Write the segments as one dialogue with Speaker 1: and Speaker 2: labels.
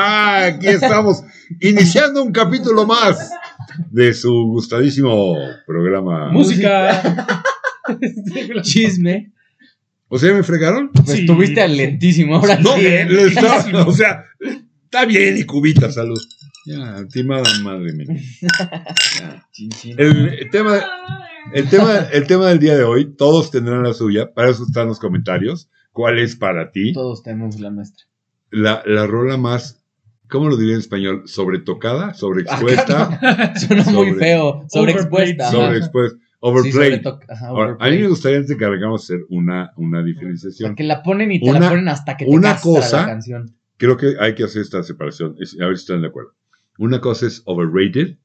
Speaker 1: Ah, Aquí estamos, iniciando un capítulo más de su gustadísimo programa.
Speaker 2: Música.
Speaker 3: Chisme.
Speaker 1: O sea, ¿me fregaron?
Speaker 3: Pues
Speaker 2: Sí.
Speaker 3: estuviste lentísimo ahora
Speaker 1: No,
Speaker 3: sí, ¿eh?
Speaker 1: le está- o sea, está bien y cubita, salud. Ya, timada madre mía. Ya.
Speaker 3: Chin, chin.
Speaker 1: El tema, el, tema, el tema del día de hoy, todos tendrán la suya, para eso están los comentarios. ¿Cuál es para ti
Speaker 3: Todos tenemos la nuestra.
Speaker 1: la, la rola más, ¿cómo lo diría en español? ¿Sobretocada? ¿Sobreexpuesta?
Speaker 3: Suena muy
Speaker 1: Sobre-
Speaker 3: feo. Sobreexpuesta. ajá.
Speaker 1: ¿Sobreexpuesta?
Speaker 3: Sí,
Speaker 1: ¿Overplayed?
Speaker 3: sobretoc- ajá,
Speaker 1: Ahora, a mí
Speaker 3: overplayed.
Speaker 1: me gustaría antes que arrancamos hacer una, una
Speaker 3: O sea,
Speaker 1: diferenciación.
Speaker 3: que la ponen y te
Speaker 1: Una-
Speaker 3: la ponen hasta que te
Speaker 1: una
Speaker 3: castra
Speaker 1: cosa-
Speaker 3: la canción.
Speaker 1: Creo que hay que hacer esta separación. es- A ver si están de acuerdo. Una cosa es overrated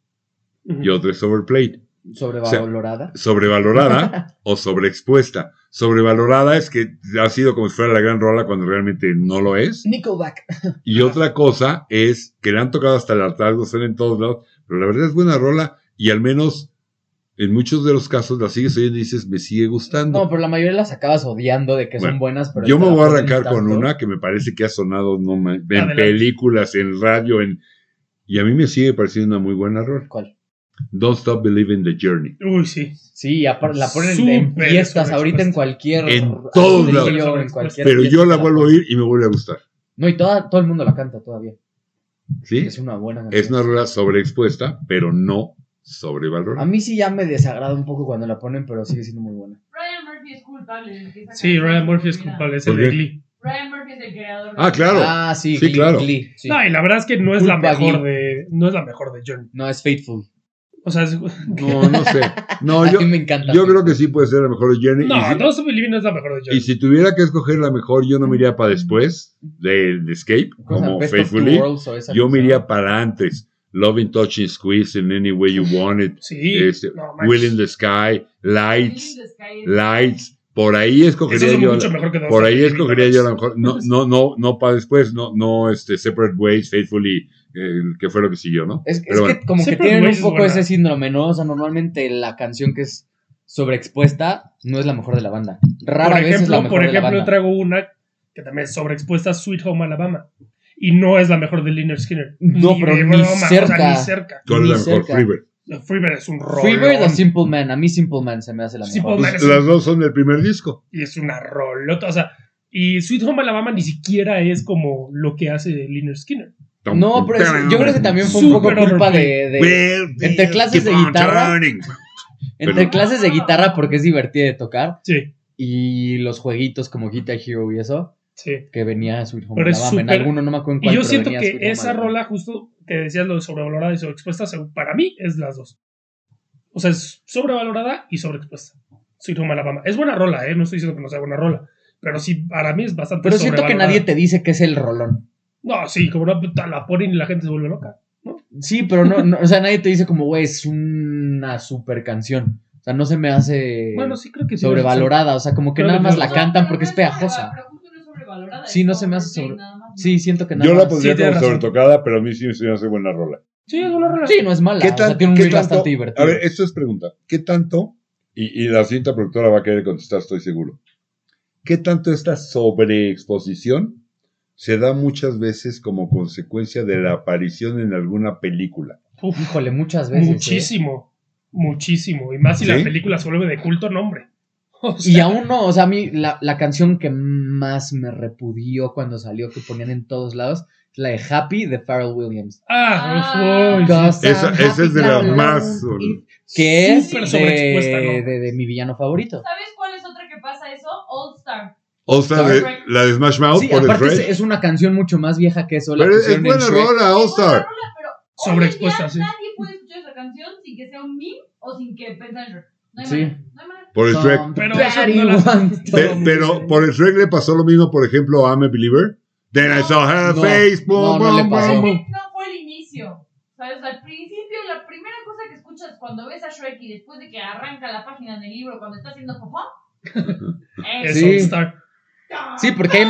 Speaker 1: y otra es overplayed.
Speaker 3: Sobrevalorada.
Speaker 1: Sobrevalorada o sobreexpuesta. Sobrevalorada es que ha sido como si fuera la gran rola cuando realmente no lo es.
Speaker 3: Nickelback.
Speaker 1: Y otra cosa es que le han tocado hasta el hartazgo, salen en todos lados. Pero la verdad es buena rola y al menos en muchos de los casos la sigues oyendo y dices, me sigue gustando.
Speaker 3: No, pero la mayoría las acabas odiando de que
Speaker 1: Bueno,
Speaker 3: son buenas, pero
Speaker 1: Yo
Speaker 3: te
Speaker 1: me
Speaker 3: la
Speaker 1: voy a
Speaker 3: ponen
Speaker 1: arrancar con
Speaker 3: tanto.
Speaker 1: una que me parece que ha sonado no ma- en
Speaker 2: Adelante.
Speaker 1: películas, en radio, en y a mí me sigue pareciendo una muy buena error.
Speaker 3: ¿Cuál?
Speaker 1: Don't Stop Believing the Journey.
Speaker 2: Uy, sí.
Speaker 3: Sí, apar- la ponen en
Speaker 2: Súper
Speaker 3: fiestas ahorita en
Speaker 2: sobreexpuesta.
Speaker 3: cualquier
Speaker 1: En todos
Speaker 3: asadillo,
Speaker 2: lados.
Speaker 3: en cualquier
Speaker 1: Pero
Speaker 3: fiesta
Speaker 1: yo la
Speaker 3: te
Speaker 1: vuelvo a oír y me vuelve a gustar.
Speaker 3: No, y toda, todo el mundo la canta todavía.
Speaker 1: ¿Sí?
Speaker 3: Es una buena canción.
Speaker 1: Es una rola sobreexpuesta, pero no
Speaker 3: A
Speaker 1: sobrevalorada.
Speaker 3: mí sí ya me desagrada un poco cuando la ponen, pero sigue siendo muy buena.
Speaker 4: Ryan Murphy es culpable. de que esa
Speaker 2: Sí,
Speaker 4: canción
Speaker 2: Ryan
Speaker 4: no
Speaker 2: Murphy es
Speaker 4: tuviera.
Speaker 2: culpable, es
Speaker 1: ¿Por
Speaker 2: el de
Speaker 1: qué?
Speaker 2: Glee.
Speaker 4: Ryan Murphy es el creador.
Speaker 1: Ah, claro.
Speaker 3: Ah, sí,
Speaker 1: Sí,
Speaker 3: Glee,
Speaker 1: claro.
Speaker 3: Glee, sí.
Speaker 2: No, y la verdad es que no es la
Speaker 3: Culpa
Speaker 2: mejor
Speaker 3: Glee.
Speaker 2: de. No es la mejor de Journey.
Speaker 3: No, es Faithful.
Speaker 2: O sea, es-
Speaker 3: Ah,
Speaker 1: No, no sé. No,
Speaker 3: a
Speaker 1: yo,
Speaker 3: mí me encanta.
Speaker 1: yo creo que sí puede ser la mejor de Journey.
Speaker 2: no,
Speaker 1: y, si,
Speaker 2: Don't Stop Believing no es la mejor de
Speaker 1: y
Speaker 2: Journey.
Speaker 1: si tuviera que escoger la mejor, yo no me iría para después del Escape, como Faithfully. Yo me iría para antes. Loving, Touching, Squeeze in any way you want it.
Speaker 2: Sí.
Speaker 1: este,
Speaker 2: no, manches.
Speaker 1: Will in the Sky, Lights, Lights. Por ahí
Speaker 2: Eso
Speaker 1: escogería
Speaker 2: es
Speaker 1: yo.
Speaker 2: mucho
Speaker 1: la-
Speaker 2: mejor que Don't
Speaker 1: Por
Speaker 2: Stop
Speaker 1: ahí
Speaker 2: Believing,
Speaker 1: escogería
Speaker 2: no
Speaker 1: yo a lo
Speaker 2: manches.
Speaker 1: mejor. No, no, no, no para después. No, no, este, Separate Ways, Faithfully, eh, que fue lo que siguió, ¿no?
Speaker 3: Es, es
Speaker 1: Pero bueno.
Speaker 3: que como que
Speaker 2: Separate
Speaker 3: tienen
Speaker 2: Ways
Speaker 3: un
Speaker 2: es
Speaker 3: poco
Speaker 2: buena.
Speaker 3: ese síndrome, ¿no? O sea, normalmente la canción que es sobreexpuesta no es la mejor de la banda. Rara
Speaker 2: Por
Speaker 3: vez es la
Speaker 2: ejemplo,
Speaker 3: mejor
Speaker 2: por
Speaker 3: de la
Speaker 2: ejemplo,
Speaker 3: banda.
Speaker 2: yo traigo una que también es sobreexpuesta, Sweet Home Alabama. Y no es la mejor de Leonard Skinner.
Speaker 3: No, pero
Speaker 2: de
Speaker 3: ni
Speaker 2: broma, o sea,
Speaker 3: cerca.
Speaker 2: ni cerca.
Speaker 1: ¿Cuál es la
Speaker 3: Ni
Speaker 1: mejor?
Speaker 3: cerca.
Speaker 1: Freebird.
Speaker 2: Freebird es un rolón.
Speaker 3: Freebird o Simple Man. A mí Simple Man se me hace la
Speaker 2: Simple
Speaker 3: mejor.
Speaker 2: Man.
Speaker 1: Pues,
Speaker 2: es un-
Speaker 1: las dos son del primer disco.
Speaker 2: y es una rolota. O sea, y Sweet Home Alabama ni siquiera es como lo que hace Leonard Skinner.
Speaker 3: No, pero es- yo creo que también fue un
Speaker 2: Súper
Speaker 3: poco culpa
Speaker 2: overplayed.
Speaker 3: de, de-
Speaker 1: Well,
Speaker 3: entre
Speaker 1: well,
Speaker 3: clases de
Speaker 1: keep on
Speaker 3: guitarra.
Speaker 1: turning.
Speaker 3: entre
Speaker 1: pero-
Speaker 3: clases de guitarra porque es divertida de tocar
Speaker 2: Sí,
Speaker 3: y los jueguitos como Guitar Hero y eso
Speaker 2: sí.
Speaker 3: que venía Sweet Home
Speaker 2: Pero es
Speaker 3: Alabama. En
Speaker 2: súper-
Speaker 3: alguno no me acuerdo en cuál.
Speaker 2: Y yo
Speaker 3: pero
Speaker 2: siento
Speaker 3: venía
Speaker 2: que
Speaker 3: Sweet Home
Speaker 2: esa
Speaker 3: Alabama.
Speaker 2: rola, justo que decías lo de sobrevalorada y sobreexpuesta, según- para mí es las dos. O sea, es sobrevalorada y sobreexpuesta. Sweet Home Alabama. Es buena rola, ¿eh? No estoy diciendo que no sea buena rola. Pero sí, para mí es bastante
Speaker 3: Pero siento que
Speaker 2: sobrevalorada.
Speaker 3: nadie te dice que es el rolón.
Speaker 2: No, sí, como una puta la ponen y la gente se vuelve loca.
Speaker 3: Sí, pero no, no, o sea, nadie te dice como, güey, es una super canción. O sea, no se me hace
Speaker 2: Bueno, sí creo que sí.
Speaker 3: Eh, sobrevalorada. O sea, como que
Speaker 2: Creo
Speaker 3: nada
Speaker 2: que
Speaker 3: más
Speaker 2: tienes
Speaker 3: la cantan porque es pegajosa. Sí, no se me hace sobre- Sí, siento que nada
Speaker 1: Yo la
Speaker 3: más-
Speaker 1: pondría
Speaker 2: Sí,
Speaker 1: como
Speaker 2: tienes razón.
Speaker 1: sobretocada, pero a mí sí se me hace buena rola.
Speaker 2: Sí, es una rola.
Speaker 3: Sí, no es mala.
Speaker 1: ¿Qué
Speaker 3: o
Speaker 1: tan-
Speaker 3: sea, tiene un
Speaker 1: qué
Speaker 3: reel
Speaker 1: tanto-
Speaker 3: bastante
Speaker 1: A
Speaker 3: divertido.
Speaker 1: ver, eh, esto es pregunta. ¿Qué tanto? Y, y la cinta productora va a querer contestar, estoy seguro. ¿Qué tanto esta sobreexposición se da muchas veces como consecuencia de la aparición en alguna película?
Speaker 2: Uf.
Speaker 3: Híjole, muchas veces. ¿eh?
Speaker 2: Muchísimo, muchísimo. Y más si la
Speaker 1: ¿Sí?
Speaker 2: película se vuelve de culto, nombre. O
Speaker 3: Y
Speaker 2: sea,
Speaker 3: aún no, o sea, a mí la, la canción que más me repudió cuando salió, que ponían en todos lados, es la de Happy de Pharrell Williams.
Speaker 2: ah, uy, sí.
Speaker 3: Cause I'm
Speaker 1: Esa- esa es de las
Speaker 3: happy,
Speaker 1: más-
Speaker 3: Que es
Speaker 2: Súper
Speaker 3: de,
Speaker 2: sobreexpuesta, ¿no?
Speaker 3: de- de mi villano favorito.
Speaker 4: ¿Sabes cuál es otra que pasa eso? All Star.
Speaker 1: O sea,
Speaker 3: Claro.
Speaker 1: de- la de Smash Mouth
Speaker 3: Sí,
Speaker 1: por el
Speaker 3: aparte es,
Speaker 1: Shrek.
Speaker 3: es una canción mucho más vieja que eso. La
Speaker 1: Pero es, es
Speaker 3: pusieron en
Speaker 1: buena
Speaker 3: Shrek.
Speaker 1: rola, All Star.
Speaker 2: Sobreexpuesta, sí.
Speaker 4: sí. Nadie puede escuchar esa canción sin que sea un meme o sin que pensar en rock. No hay
Speaker 3: Sí.
Speaker 4: manera, no hay manera.
Speaker 1: Por el pues, Shrek.
Speaker 3: Somebody
Speaker 2: Pero eso no la-
Speaker 3: wants to-
Speaker 1: Pe-
Speaker 2: todo
Speaker 1: pero
Speaker 2: mundo-
Speaker 1: por el Shrek le pasó lo mismo, por ejemplo, a I'm a Believer. Then I saw her
Speaker 3: No,
Speaker 1: face. boom,
Speaker 3: no, no le
Speaker 1: boom,
Speaker 3: pasó.
Speaker 1: boom.
Speaker 4: No fue el inicio. ¿Sabes? Al principio, la primera cosa que escuchas cuando ves a Shrek y después de que arranca la página del libro cuando está haciendo popó.
Speaker 2: Es
Speaker 3: Sí.
Speaker 2: All Star.
Speaker 3: Sí, porque hay-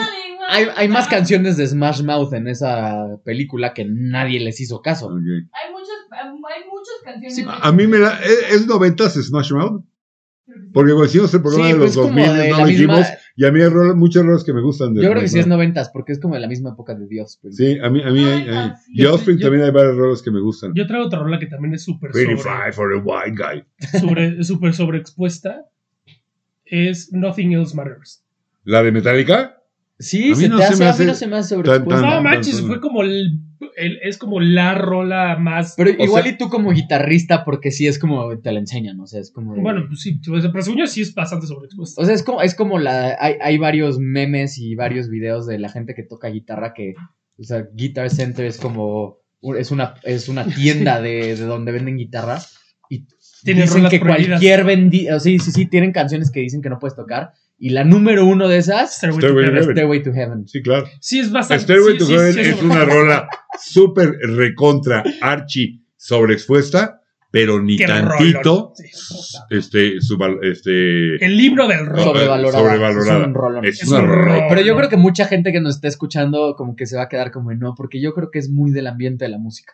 Speaker 3: Hay, hay más canciones de Smash Mouth en esa película que nadie les hizo caso.
Speaker 1: Ok.
Speaker 4: Hay muchas, hay muchas canciones.
Speaker 3: Sí,
Speaker 4: de-
Speaker 1: A a mí me da. ¿Es, es 90s Smash Mouth?
Speaker 4: Creo que sí.
Speaker 1: Porque cuando hicimos el programa
Speaker 3: Sí,
Speaker 1: de
Speaker 3: pues
Speaker 1: los
Speaker 3: como
Speaker 1: 2000
Speaker 3: de
Speaker 1: no pues,
Speaker 3: la
Speaker 1: lo
Speaker 3: misma-
Speaker 1: hicimos. Y a mí hay rolas- muchas rolas que me gustan. de
Speaker 3: Yo creo que sí es
Speaker 1: Nirvana.
Speaker 3: noventas, porque es como de la misma época de Dios. pues.
Speaker 1: Sí, a mí, a mí, hay-
Speaker 4: Ay,
Speaker 1: hay-
Speaker 4: sí.
Speaker 1: de Offspring
Speaker 2: Yo-
Speaker 1: también hay varias rolas que me gustan.
Speaker 2: Yo traigo otra rola que también es súper
Speaker 1: Pretty
Speaker 2: sobre,
Speaker 1: fly for a white guy.
Speaker 2: sobre, súper sobreexpuesta. Es Nothing Else Matters.
Speaker 1: ¿La de Metallica? A
Speaker 3: Sí,
Speaker 1: mí
Speaker 3: se
Speaker 1: no
Speaker 3: te
Speaker 1: se me
Speaker 3: hace, a
Speaker 1: hace
Speaker 3: mí no se me hace
Speaker 2: Pues
Speaker 1: tan-
Speaker 3: sobreexpuesta.
Speaker 2: no
Speaker 1: tan-
Speaker 2: manches,
Speaker 1: tan-
Speaker 2: fue como el, el- es como la rola más.
Speaker 3: Pero
Speaker 1: o
Speaker 3: igual
Speaker 1: sea-
Speaker 3: y tú como guitarrista, porque sí es como te la enseñan, o sea, es como. de-
Speaker 2: Bueno, pues sí, pues, pero según yo sí es bastante sobreexpuesta.
Speaker 3: O sea, es como, es como la. Hay, hay varios memes y varios videos de la gente que toca guitarra que. O sea, Guitar Center es como. un- Es una, es una tienda de, de donde venden guitarras. Y
Speaker 2: Tiene
Speaker 3: dicen
Speaker 2: rolas
Speaker 3: que
Speaker 2: prohibidas.
Speaker 3: cualquier vendida. sí, sí, sí, tienen canciones que dicen que no puedes tocar. Y la número uno de esas.
Speaker 2: Stairway to
Speaker 1: Stairway to
Speaker 2: Heaven.
Speaker 1: Heaven.
Speaker 3: Stairway to Heaven.
Speaker 1: Sí, claro.
Speaker 2: Sí, es bastante.
Speaker 1: Stairway
Speaker 2: sí,
Speaker 1: to
Speaker 2: sí,
Speaker 1: Heaven
Speaker 2: sí
Speaker 1: es
Speaker 2: sobre-
Speaker 1: una rola súper recontra archi sobreexpuesta, pero ni
Speaker 2: Qué rolón.
Speaker 1: tantito
Speaker 2: Sí. Eh,
Speaker 1: este, subval- este,
Speaker 2: El libro del rock.
Speaker 3: Sobrevalorada.
Speaker 1: Sobrevalorada.
Speaker 3: Es un rolón.
Speaker 1: es
Speaker 2: es
Speaker 1: una
Speaker 2: un
Speaker 1: rola.
Speaker 2: rolón.
Speaker 3: Pero yo creo que mucha gente que nos está escuchando como que se va a quedar como no, porque yo creo que es muy del ambiente de la música.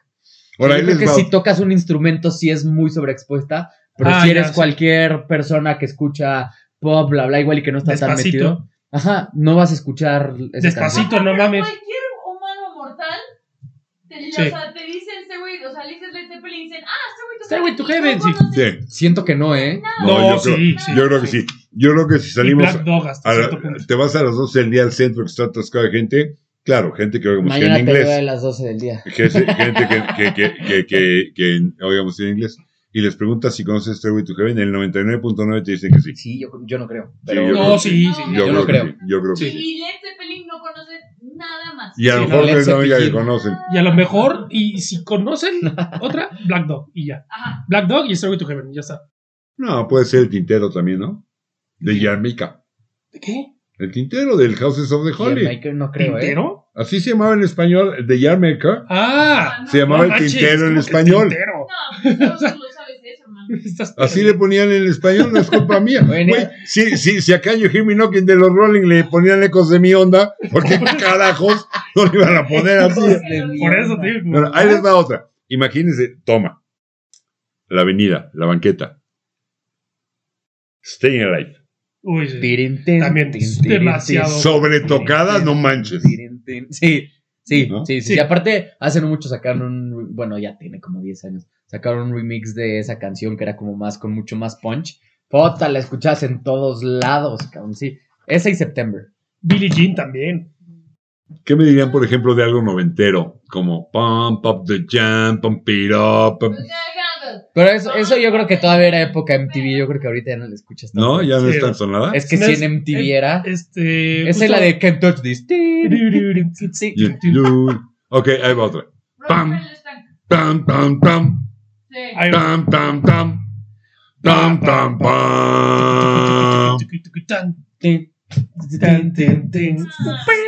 Speaker 1: Ahora, ahí
Speaker 3: yo creo
Speaker 1: les
Speaker 3: que
Speaker 1: va-
Speaker 3: si tocas un instrumento sí es muy sobreexpuesta, pero
Speaker 2: Ah,
Speaker 3: si
Speaker 2: ya,
Speaker 3: eres
Speaker 2: sí.
Speaker 3: cualquier persona que escucha pop, bla, bla, igual y que no está tan
Speaker 2: Despacito.
Speaker 3: metido, ajá, no vas a escuchar esa
Speaker 2: Despacito.
Speaker 3: canción.
Speaker 2: no mames.
Speaker 4: Cualquier humano mortal. Te,
Speaker 2: Sí.
Speaker 4: O sea, te dicen este güey, o sea, le dices Led Zeppelin y dicen, ah,
Speaker 2: Stairway
Speaker 3: Este
Speaker 4: Stairway
Speaker 2: to
Speaker 4: to
Speaker 2: Heaven,
Speaker 4: Heaven. y no
Speaker 2: sí.
Speaker 4: conoces
Speaker 1: Sí,
Speaker 3: Siento que no, ¿eh?
Speaker 4: nada.
Speaker 1: No,
Speaker 2: No,
Speaker 1: yo
Speaker 2: sí,
Speaker 1: creo-
Speaker 2: sí.
Speaker 1: yo creo que sí. Yo creo que si
Speaker 2: Y
Speaker 1: salimos,
Speaker 2: Black Dog hasta
Speaker 1: a la-
Speaker 2: cierto punto.
Speaker 1: te vas a las 12 del día al centro que está atascado de gente, claro, gente que oiga música
Speaker 3: Mañana
Speaker 1: en
Speaker 3: te veo a
Speaker 1: inglés,
Speaker 3: las 12 del día.
Speaker 1: que se- gente que, que, que, que, que, que oiga música en inglés, y les preguntas si conoces este Stairway to Heaven, el 99.9 te dicen que sí.
Speaker 3: Sí, yo, yo no creo.
Speaker 1: yo
Speaker 3: Pero
Speaker 1: creo
Speaker 2: No, sí,
Speaker 4: No.
Speaker 2: sí.
Speaker 1: Yo,
Speaker 3: Yo
Speaker 1: creo,
Speaker 3: no
Speaker 1: que
Speaker 3: creo.
Speaker 1: sí, yo creo que sí.
Speaker 4: Y Led Zeppelin no conoces nada más. Ah,
Speaker 1: Y a lo
Speaker 2: Sí,
Speaker 1: mejor
Speaker 3: no,
Speaker 1: es la
Speaker 3: Led
Speaker 1: única que
Speaker 3: Zeppelin.
Speaker 1: conocen.
Speaker 2: Y a lo mejor, y si conocen otra, Black Dog y ya.
Speaker 4: Ajá.
Speaker 2: Black Dog y Stairway to Heaven, ya está.
Speaker 1: No, puede ser el tintero también, ¿no? De Yarmika.
Speaker 2: ¿De qué?
Speaker 1: El tintero del Houses of the Holy.
Speaker 3: Jamaica no creo, ¿eh?
Speaker 2: ¿Tintero?
Speaker 1: Así se llamaba en español, de Yarmika.
Speaker 2: Ah.
Speaker 1: Se llamaba el
Speaker 2: manches,
Speaker 1: tintero en
Speaker 2: ¿cómo que
Speaker 1: español.
Speaker 2: tintero?
Speaker 4: No, pues, tú lo sabes eso, hermano.
Speaker 2: Estás-
Speaker 1: Así le ponían en español, no es culpa mía.
Speaker 3: Bueno.
Speaker 1: Güey, si, si, si acá en You Hear Me Knocking de los Rolling le ponían ecos de mi onda, ¿por qué carajos no le iban a poner así?
Speaker 2: Por eso, tío.
Speaker 1: Bueno, ahí les va otra. Imagínense, toma. La avenida, la banqueta. Staying Alive.
Speaker 2: Uy, sí. También
Speaker 3: También
Speaker 2: demasiado.
Speaker 1: Sobre tocada, no manches.
Speaker 3: Sí, sí,
Speaker 1: ¿No?
Speaker 3: sí, sí,
Speaker 2: Sí.
Speaker 3: sí. Aparte, hace no mucho sacaron un. re- Bueno, ya tiene como 10 años. Sacaron un remix de esa canción que era como más, con mucho más punch. Puta, la escuchas en todos lados, cabrón. Sí. Esa y September.
Speaker 2: Billie Jean también.
Speaker 1: ¿Qué me dirían, por ejemplo, de algo noventero? Como pump up the jam, pump it up. pump-
Speaker 4: Pues, ya,
Speaker 3: Pero eso, eso yo creo que todavía era época MTV. Yo creo que ahorita ya no la escuchas tanto.
Speaker 1: ¿No? ¿Ya no
Speaker 2: Sí.
Speaker 1: es tan sonada?
Speaker 3: Es que
Speaker 2: No
Speaker 3: si
Speaker 2: es-
Speaker 3: en MTV era.
Speaker 2: Este.
Speaker 3: Esa es
Speaker 2: justo-
Speaker 3: la de Can't Touch This. Sí.
Speaker 1: You- you- Ok, ahí va otra. Pam.
Speaker 4: Rock Stank.
Speaker 1: Pam, pam, pam.
Speaker 4: Sí.
Speaker 2: Ahí va.
Speaker 1: Pam, pam, pam. Pam, pam, pam.
Speaker 2: Tan, tan, tan, tan.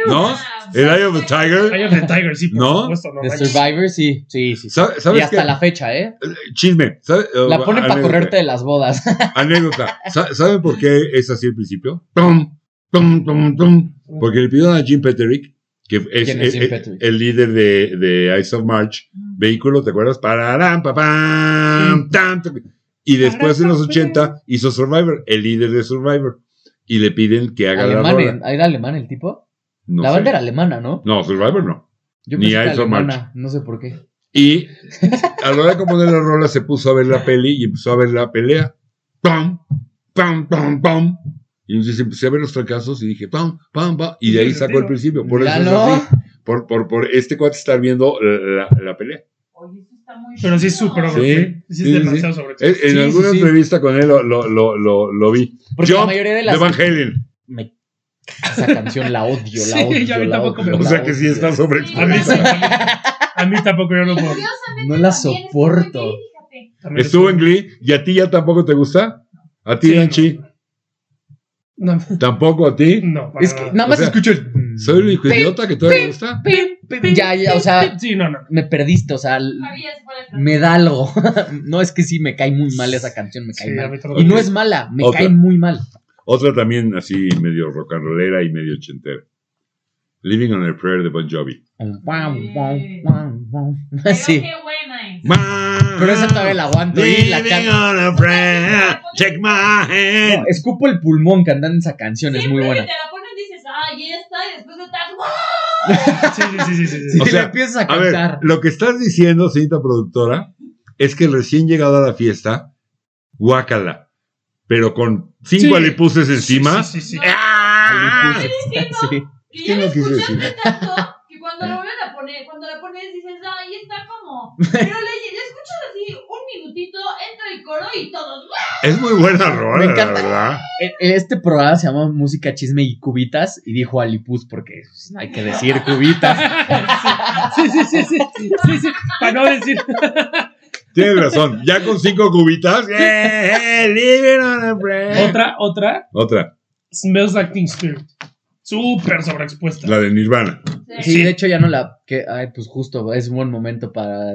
Speaker 1: ¿No?
Speaker 4: Ah,
Speaker 1: El Eye of the Tiger.
Speaker 2: Eye of the Tiger, sí, por
Speaker 1: ¿No.
Speaker 2: supuesto, no
Speaker 3: The
Speaker 2: manches.
Speaker 3: Survivor, sí, sí, sí. sí.
Speaker 1: Sa-
Speaker 3: Y
Speaker 1: ¿Sabes qué?
Speaker 3: hasta la fecha, ¿eh?
Speaker 1: Chisme. ¿sabe-
Speaker 3: La
Speaker 1: o-
Speaker 3: ponen para
Speaker 1: anécdota.
Speaker 3: correrte de las bodas.
Speaker 1: Anécdota. Sa- ¿Saben por qué es así el principio? Tom, tom, tom, tom. Porque le pidieron a Jim Petterick, que es,
Speaker 3: ¿Quién es Jim
Speaker 1: el- el-
Speaker 3: Petterick?
Speaker 1: el líder de, de Ice of March, vehículo, ¿te acuerdas? Pararam, papam, tam, tam. Y después en los 80 hizo Survivor, el líder de Survivor. Y le piden que haga
Speaker 3: Alemán,
Speaker 1: la
Speaker 3: ¿eh?
Speaker 1: rola.
Speaker 3: ¿Era alemán el tipo?
Speaker 1: No
Speaker 3: la
Speaker 1: sé.
Speaker 3: banda era alemana, ¿no?
Speaker 1: No, Survivor no.
Speaker 3: Yo
Speaker 1: Ni
Speaker 3: pensé que
Speaker 1: Eyes on
Speaker 3: alemana, no sé por qué.
Speaker 1: Y a la hora de componer la rola se puso a ver la peli y empezó a ver la pelea. ¡Pam! ¡Pam, pam, pam! Y entonces empecé a ver los fracasos y dije ¡pam, pam, pam! Y de ahí sacó el principio. Por eso
Speaker 3: Ya
Speaker 1: es
Speaker 3: no.
Speaker 1: así. Por, por, por este cuate estar viendo la, la- la pelea.
Speaker 4: Oye, eso está muy
Speaker 2: Pero sí es
Speaker 4: chido.
Speaker 2: súper
Speaker 1: Sí,
Speaker 2: overplayed. Sí,
Speaker 1: sí,
Speaker 2: es demasiado sobre.
Speaker 1: En, en
Speaker 3: Sí,
Speaker 1: alguna
Speaker 3: sí, sí.
Speaker 1: entrevista con él lo, lo, lo, lo, lo vi.
Speaker 3: Porque
Speaker 1: Jump
Speaker 3: la mayoría de
Speaker 1: De
Speaker 3: las.
Speaker 1: Van Halen.
Speaker 3: Me- Esa canción la odio, la
Speaker 2: Sí,
Speaker 3: odio.
Speaker 2: ya a mí
Speaker 3: la
Speaker 2: tampoco
Speaker 3: odio,
Speaker 2: me
Speaker 1: O
Speaker 3: la
Speaker 1: sea que sí
Speaker 3: odio.
Speaker 1: está
Speaker 2: A mí,
Speaker 1: sobreexpuesta.
Speaker 2: a mí tampoco yo no puedo.
Speaker 4: Curiosamente,
Speaker 3: No la
Speaker 4: también
Speaker 3: soporto.
Speaker 4: estuvo en Glee, fíjate.
Speaker 2: También
Speaker 1: Estuvo en Glee y a ti ya tampoco te gusta. A ti,
Speaker 2: Sí,
Speaker 1: Danchi.
Speaker 2: No,
Speaker 1: Tampoco a ti.
Speaker 2: no para
Speaker 3: Es que
Speaker 2: nada.
Speaker 3: nada más
Speaker 1: O sea,
Speaker 3: escucho el. mm,
Speaker 1: Soy el hijo idiota que todavía le gusta.
Speaker 3: Ya, ya, o sea,
Speaker 2: Sí, no, no.
Speaker 3: me perdiste, o sea, l-
Speaker 4: Javier se fue a la
Speaker 3: me da algo. No es que sí, me cae muy mal esa canción, me cae
Speaker 2: Sí, a
Speaker 3: mal.
Speaker 2: mí tampoco.
Speaker 3: Y no es mala, me
Speaker 1: Otra.
Speaker 3: cae muy mal.
Speaker 1: Otra también así medio rock and rollera y medio ochentera. Living on a Prayer de Bon Jovi.
Speaker 3: Guau, guau, guau, guau.
Speaker 4: Pero
Speaker 3: Sí.
Speaker 4: qué buena, eh.
Speaker 3: Pero esa todavía la aguanto y la
Speaker 1: Living
Speaker 3: canto.
Speaker 1: on a prayer, check my hand.
Speaker 3: No, escupo el pulmón cantando esa canción, es
Speaker 4: Siempre
Speaker 3: muy
Speaker 4: que
Speaker 3: buena.
Speaker 4: te la ponen dices, ah, ya está, y después de tal, ¡guau!
Speaker 2: Sí, sí, sí, sí.
Speaker 3: Si
Speaker 2: sí, sí.
Speaker 1: O sea,
Speaker 3: la empiezas a
Speaker 1: A ver,
Speaker 3: cantar.
Speaker 1: lo que estás diciendo, señorita productora, es que recién llegado a la fiesta, guácala, pero con cinco
Speaker 2: Sí.
Speaker 1: alipuses encima.
Speaker 2: Sí, sí, sí.
Speaker 1: ¡ah!
Speaker 3: Ay,
Speaker 4: diciendo-
Speaker 3: sí.
Speaker 4: Que
Speaker 1: ¿Qué
Speaker 4: ya
Speaker 1: es
Speaker 4: la
Speaker 1: lo que quise
Speaker 4: escuchaste
Speaker 1: decir?
Speaker 4: tanto que cuando la vuelven a poner, cuando la pones dices, ah, ya está como. Pero le, le escuchas así un minutito, entra el coro y todos, ¡guau!
Speaker 1: Es muy buena rola, la
Speaker 3: encanta.
Speaker 1: verdad.
Speaker 3: E- Este programa se llama Música, Chisme y Cubitas y dijo Alipuz porque pues, hay que decir cubitas.
Speaker 2: Sí, sí, sí, sí, sí, sí, sí, Para no decir.
Speaker 1: Tienes razón. Ya con cinco cubitas. ¡eh, eh, living on a prayer!
Speaker 2: Otra, otra.
Speaker 1: Otra,
Speaker 2: Smells Like Teen Spirit. Súper sobreexpuesta.
Speaker 1: la de Nirvana.
Speaker 3: Sí, de hecho ya no la... Que, ay, pues justo, es un buen momento para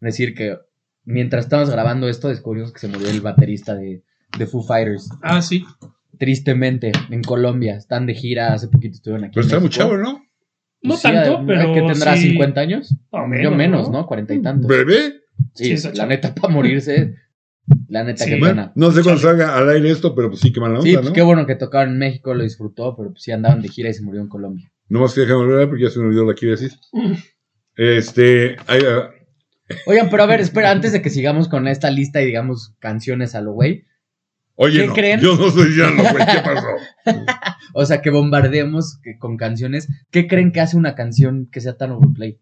Speaker 3: decir que mientras estábamos grabando esto descubrimos que se murió el baterista de, de Foo Fighters.
Speaker 2: Ah, sí.
Speaker 3: Tristemente, en Colombia. Están de gira, hace poquito estuvieron aquí.
Speaker 1: Pero Pues
Speaker 3: en
Speaker 1: está muy
Speaker 3: México.
Speaker 1: chavo, ¿no?
Speaker 2: No
Speaker 3: Pues sí,
Speaker 2: tanto,
Speaker 3: eh,
Speaker 2: pero.
Speaker 3: ¿Qué tendrá?
Speaker 2: sí.
Speaker 3: ¿50 años?
Speaker 2: No,
Speaker 3: Yo
Speaker 2: menos,
Speaker 3: menos,
Speaker 2: ¿no?
Speaker 3: ¿no? Cuarenta y tantos.
Speaker 1: ¿Bebé?
Speaker 2: Sí,
Speaker 3: Sí,
Speaker 2: está
Speaker 3: la
Speaker 2: chavo.
Speaker 3: neta, para morirse, la neta,
Speaker 2: Sí.
Speaker 3: que qué
Speaker 1: Bueno,
Speaker 3: pena.
Speaker 1: no sé cuándo salga al aire esto, pero pues sí, qué mala onda,
Speaker 3: Sí, pues
Speaker 1: ¿no?
Speaker 3: qué bueno que tocaron en México, lo disfrutó, pero pues sí andaban de gira y se murió en Colombia.
Speaker 1: No más que déjame olvidar porque ya se me olvidó la que iba a decir. Este, hay, ah,
Speaker 3: Oigan, pero a ver, espera, antes de que sigamos con esta lista y digamos canciones a lo güey,
Speaker 1: oye,
Speaker 3: ¿Qué
Speaker 1: no,
Speaker 3: creen?
Speaker 1: yo no estoy diciendo, güey, ¿qué pasó?
Speaker 3: o sea, que bombardeemos que- con canciones, ¿qué creen que hace una canción que sea tan overplay?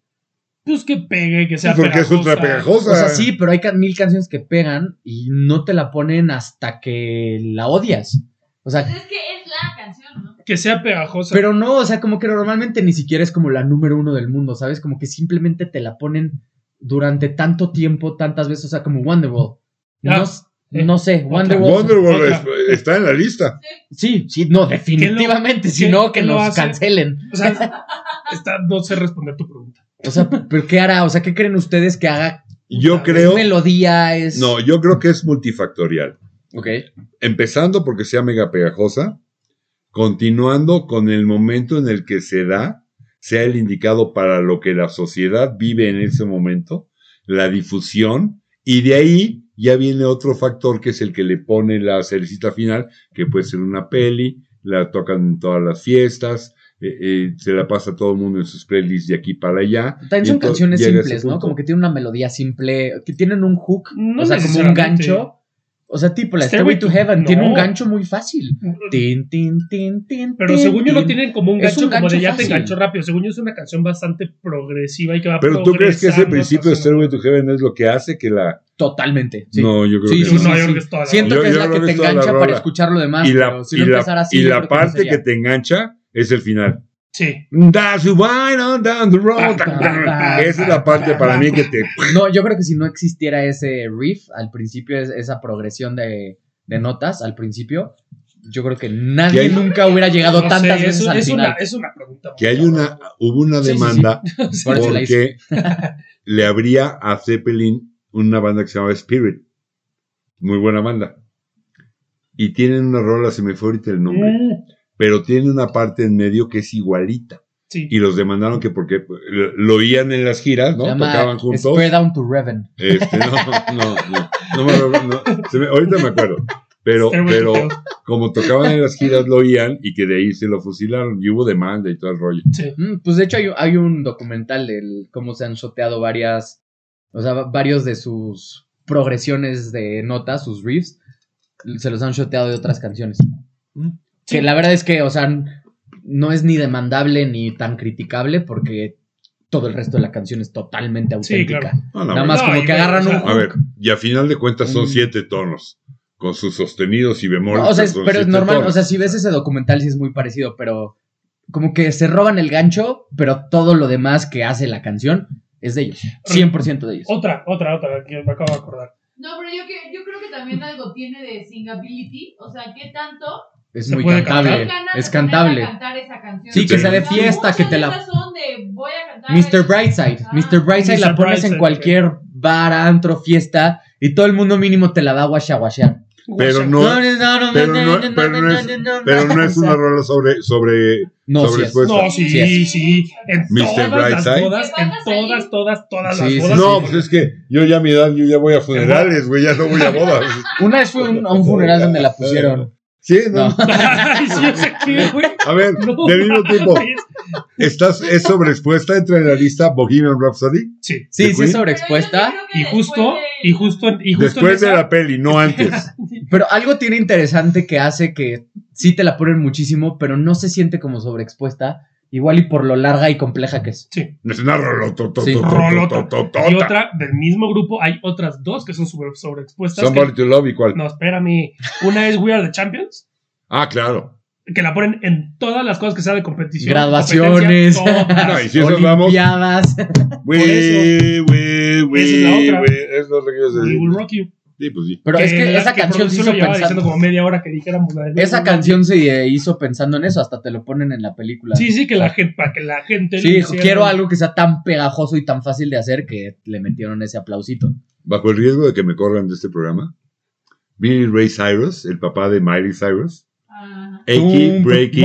Speaker 2: Pues que pegue, que sea
Speaker 1: porque es ultra
Speaker 3: O
Speaker 1: pegajosa.
Speaker 3: sea, sí, pero hay ca- mil canciones que pegan y no te la ponen hasta que la odias. O sea,
Speaker 4: Es que es la canción, ¿no?
Speaker 2: Que sea pegajosa.
Speaker 3: Pero no, o sea, como que normalmente ni siquiera es como la número uno del mundo, ¿sabes? Como que simplemente te la ponen durante tanto tiempo, tantas veces, o sea, como Wonderwall. No,
Speaker 2: Ah,
Speaker 3: s-
Speaker 2: eh,
Speaker 3: no sé, Wonderwall.
Speaker 1: Wonderwall
Speaker 2: Otra.
Speaker 1: es- está en la lista.
Speaker 3: Sí, sí, no, definitivamente, si
Speaker 2: qué-
Speaker 3: no, que
Speaker 2: qué lo
Speaker 3: nos
Speaker 2: hace?
Speaker 3: cancelen.
Speaker 2: O sea, está- no sé responder tu pregunta.
Speaker 3: O sea, ¿pero qué hará? O sea, ¿qué creen ustedes que haga?
Speaker 1: Yo
Speaker 2: ¿Es
Speaker 1: creo,
Speaker 3: ¿Es melodía? ¿Es...?
Speaker 1: no, yo creo que es multifactorial.
Speaker 3: Ok.
Speaker 1: Empezando porque sea mega pegajosa, continuando con el momento en el que se da, sea el indicado para lo que la sociedad vive en ese momento, la difusión, y de ahí ya viene otro factor que es el que le pone la cerecita final, que puede ser una peli, la tocan en todas las fiestas, eh, eh, se la pasa a todo el mundo en sus playlists de aquí para allá.
Speaker 3: También son
Speaker 1: Entonces,
Speaker 3: canciones
Speaker 1: llega ese
Speaker 3: simples, ¿no?
Speaker 1: punto.
Speaker 3: Como que tienen una melodía simple, que tienen un hook,
Speaker 2: No
Speaker 3: o sea, como un
Speaker 2: necesariamente.
Speaker 3: gancho. O sea, tipo la
Speaker 2: Stairway
Speaker 3: Stairway to Heaven
Speaker 2: no.
Speaker 3: tiene un gancho muy fácil. Tin, tin, tin, tin,
Speaker 2: Pero
Speaker 3: tin,
Speaker 2: según yo lo
Speaker 3: tin.
Speaker 2: tienen como un
Speaker 3: Es
Speaker 2: gancho,
Speaker 3: un
Speaker 2: como de
Speaker 3: gancho
Speaker 2: ya te
Speaker 3: fácil.
Speaker 2: enganchó rápido. Según yo es una canción bastante progresiva y que va
Speaker 1: Pero tú crees que ese
Speaker 2: progresando, pues,
Speaker 1: principio de
Speaker 2: progresando.
Speaker 1: Stairway to Heaven es lo que hace que la...
Speaker 3: Totalmente. Sí.
Speaker 1: No, yo creo
Speaker 3: Sí,
Speaker 1: que
Speaker 3: sí,
Speaker 1: no.
Speaker 3: sí,
Speaker 2: No, yo
Speaker 3: sí.
Speaker 2: creo que es toda la
Speaker 3: Siento
Speaker 1: rola.
Speaker 3: que es
Speaker 1: Yo- yo
Speaker 3: la que
Speaker 1: creo que
Speaker 3: te
Speaker 1: es toda la
Speaker 3: engancha para
Speaker 1: rola.
Speaker 3: escuchar lo demás.
Speaker 1: y la,
Speaker 3: pero si
Speaker 1: y
Speaker 3: no
Speaker 1: la-
Speaker 3: empezara así,
Speaker 1: y
Speaker 3: yo
Speaker 1: la
Speaker 3: creo no
Speaker 1: parte
Speaker 3: sería.
Speaker 1: que te engancha es el final.
Speaker 2: Sí.
Speaker 1: That's why on down the road.
Speaker 2: Ta, ta, ta,
Speaker 1: Esa es
Speaker 2: ta,
Speaker 1: la parte
Speaker 2: ta,
Speaker 1: para
Speaker 2: ta.
Speaker 1: mí que te.
Speaker 3: No, yo creo que si no existiera ese riff al principio, es- esa progresión de, de notas al principio, yo creo que nadie
Speaker 1: hay-
Speaker 3: nunca hubiera llegado
Speaker 2: No
Speaker 3: tantas
Speaker 2: sé,
Speaker 3: veces
Speaker 2: es,
Speaker 3: al
Speaker 2: es una,
Speaker 3: final.
Speaker 2: es una pregunta. muy
Speaker 1: Que hay
Speaker 2: cabrona.
Speaker 1: una, hubo una
Speaker 3: Sí, sí, sí.
Speaker 1: demanda
Speaker 3: Por eso la hice.
Speaker 1: porque le abría a Zeppelin una banda que se llamaba Spirit. Muy buena banda. Y tienen una rola, se me fue ahorita el nombre,
Speaker 2: Mm,
Speaker 1: pero tiene una parte en medio que es igualita.
Speaker 2: sí.
Speaker 1: Y los demandaron que porque lo lo oían en las giras, ¿no?
Speaker 3: Se llama
Speaker 1: Tocaban juntos.
Speaker 3: Spread Down to Reven.
Speaker 1: Este, no, no, no, no, me lo- no, se me- ahorita me acuerdo. Pero,
Speaker 2: Stairway to
Speaker 1: pero
Speaker 2: Heaven.
Speaker 1: como tocaban en las giras, lo oían y que de ahí se lo fusilaron y hubo demanda y todo el rollo.
Speaker 2: Sí.
Speaker 3: Mm, Pues de hecho hay, hay un documental del cómo se han choteado varias, o sea, varios de sus progresiones de notas, sus riffs, se los han choteado de otras canciones.
Speaker 2: Sí.
Speaker 1: Mm.
Speaker 3: Que la verdad es que, o sea, no es ni demandable ni tan criticable porque todo el resto de la canción es totalmente
Speaker 2: Sí,
Speaker 3: auténtica.
Speaker 2: claro.
Speaker 1: No, no,
Speaker 3: Nada
Speaker 1: bueno.
Speaker 3: más
Speaker 2: No,
Speaker 3: como
Speaker 2: y
Speaker 3: que
Speaker 2: bueno,
Speaker 3: agarran
Speaker 2: o sea,
Speaker 3: un...
Speaker 1: A ver, y a final de cuentas son
Speaker 3: Mm.
Speaker 1: siete tonos, con sus sostenidos y bemoles.
Speaker 3: o sea, es-
Speaker 1: son
Speaker 3: pero es
Speaker 1: siete
Speaker 3: normal,
Speaker 1: tonos.
Speaker 3: o sea, si ves ese documental sí es muy parecido, pero como que se roban el gancho, pero todo lo demás que hace la canción es de ellos, 100% de ellos.
Speaker 2: Otra, otra, otra, que me acabo de acordar.
Speaker 4: No, pero yo, que- yo creo que también algo tiene de singability, o sea, ¿qué tanto?
Speaker 3: Es
Speaker 2: ¿Se
Speaker 3: muy
Speaker 2: puede
Speaker 3: cantable,
Speaker 4: ¿Qué ganas
Speaker 3: es
Speaker 4: de ponerte a
Speaker 3: cantable.
Speaker 4: cantar esa canción?
Speaker 3: Sí,
Speaker 1: que sea de
Speaker 4: O sea,
Speaker 3: fiesta, que
Speaker 4: muchas
Speaker 3: te la-
Speaker 4: de esas son de voy a cantar.
Speaker 3: Mr. Brightside,
Speaker 4: Ah.
Speaker 3: Mr. Brightside la
Speaker 2: Mr.
Speaker 3: pones
Speaker 2: Brightside,
Speaker 3: en cualquier bar, antro, fiesta y todo el mundo mínimo te la da a guashaguashear.
Speaker 1: Pero no, pero no, pero no es, pero no es una rola sobre, sobre
Speaker 3: No,
Speaker 1: sobre
Speaker 3: sí es.
Speaker 1: pues,
Speaker 2: no, sí,
Speaker 3: sí
Speaker 2: sí,
Speaker 4: es.
Speaker 2: En
Speaker 1: Mr.
Speaker 2: todas las
Speaker 1: Brightside.
Speaker 2: bodas, en todas, todas, todas las
Speaker 3: Sí, sí,
Speaker 2: bodas.
Speaker 1: No, pues es que yo ya a mi edad, yo ya voy a funerales, güey, ya no voy a bodas.
Speaker 3: Una vez fue un- a un funeral donde la pusieron.
Speaker 1: Sí, no.
Speaker 3: No.
Speaker 2: Ay, sí, yo sé qué, güey.
Speaker 1: A ver,
Speaker 2: No,
Speaker 1: del mismo tipo,
Speaker 2: mames.
Speaker 1: ¿estás, ¿es sobreexpuesta entre la lista Bohemian Rhapsody?
Speaker 2: Sí.
Speaker 1: ¿De
Speaker 3: Sí, sí
Speaker 1: Queen?
Speaker 3: es sobreexpuesta.
Speaker 2: Y justo, y justo, en- y justo
Speaker 1: Después
Speaker 2: en
Speaker 1: de
Speaker 2: esa-
Speaker 1: la peli, no antes.
Speaker 3: Pero algo tiene interesante que hace que sí te la ponen muchísimo, pero no se siente como sobreexpuesta. Igual y por lo larga y compleja que es.
Speaker 2: Sí.
Speaker 1: Es una
Speaker 3: Sí.
Speaker 2: Y
Speaker 1: rolototototota.
Speaker 2: otra del mismo grupo, hay otras dos que son sobre- sobreexpuestas. que-
Speaker 1: Somebody to Love y cuál.
Speaker 2: No, espérame. Una es We Are the Champions,
Speaker 1: Ah, claro.
Speaker 2: que la ponen en todas las cosas que sea de competición.
Speaker 3: Graduaciones.
Speaker 2: competencia, todas.
Speaker 1: Ah, No, y si eso vamos,
Speaker 3: Olimpiadas.
Speaker 1: güey, güey,
Speaker 2: Esa es la
Speaker 1: güey,
Speaker 2: otra.
Speaker 1: güey, pues, es lo que quiero
Speaker 2: We Will
Speaker 1: decir.
Speaker 2: Rock You.
Speaker 1: Sí, pues sí.
Speaker 3: Pero es que
Speaker 2: la
Speaker 3: esa canción se
Speaker 2: producción
Speaker 3: hizo
Speaker 2: lo llevaba diciendo
Speaker 3: pensando.
Speaker 2: como media hora que dijéramos la de We Will
Speaker 3: Esa
Speaker 2: Rock You.
Speaker 3: canción se hizo pensando en eso, hasta te lo ponen en la película.
Speaker 2: Sí, sí, que la gente, para que la gente.
Speaker 3: Sí,
Speaker 2: lo
Speaker 3: dijo,
Speaker 2: hiciera.
Speaker 3: quiero algo que sea tan pegajoso y tan fácil de hacer que le metieron ese aplausito.
Speaker 1: Bajo el riesgo de que me corran de este programa, Billy Ray Cyrus, el papá de Miley Cyrus, Achy Breaky,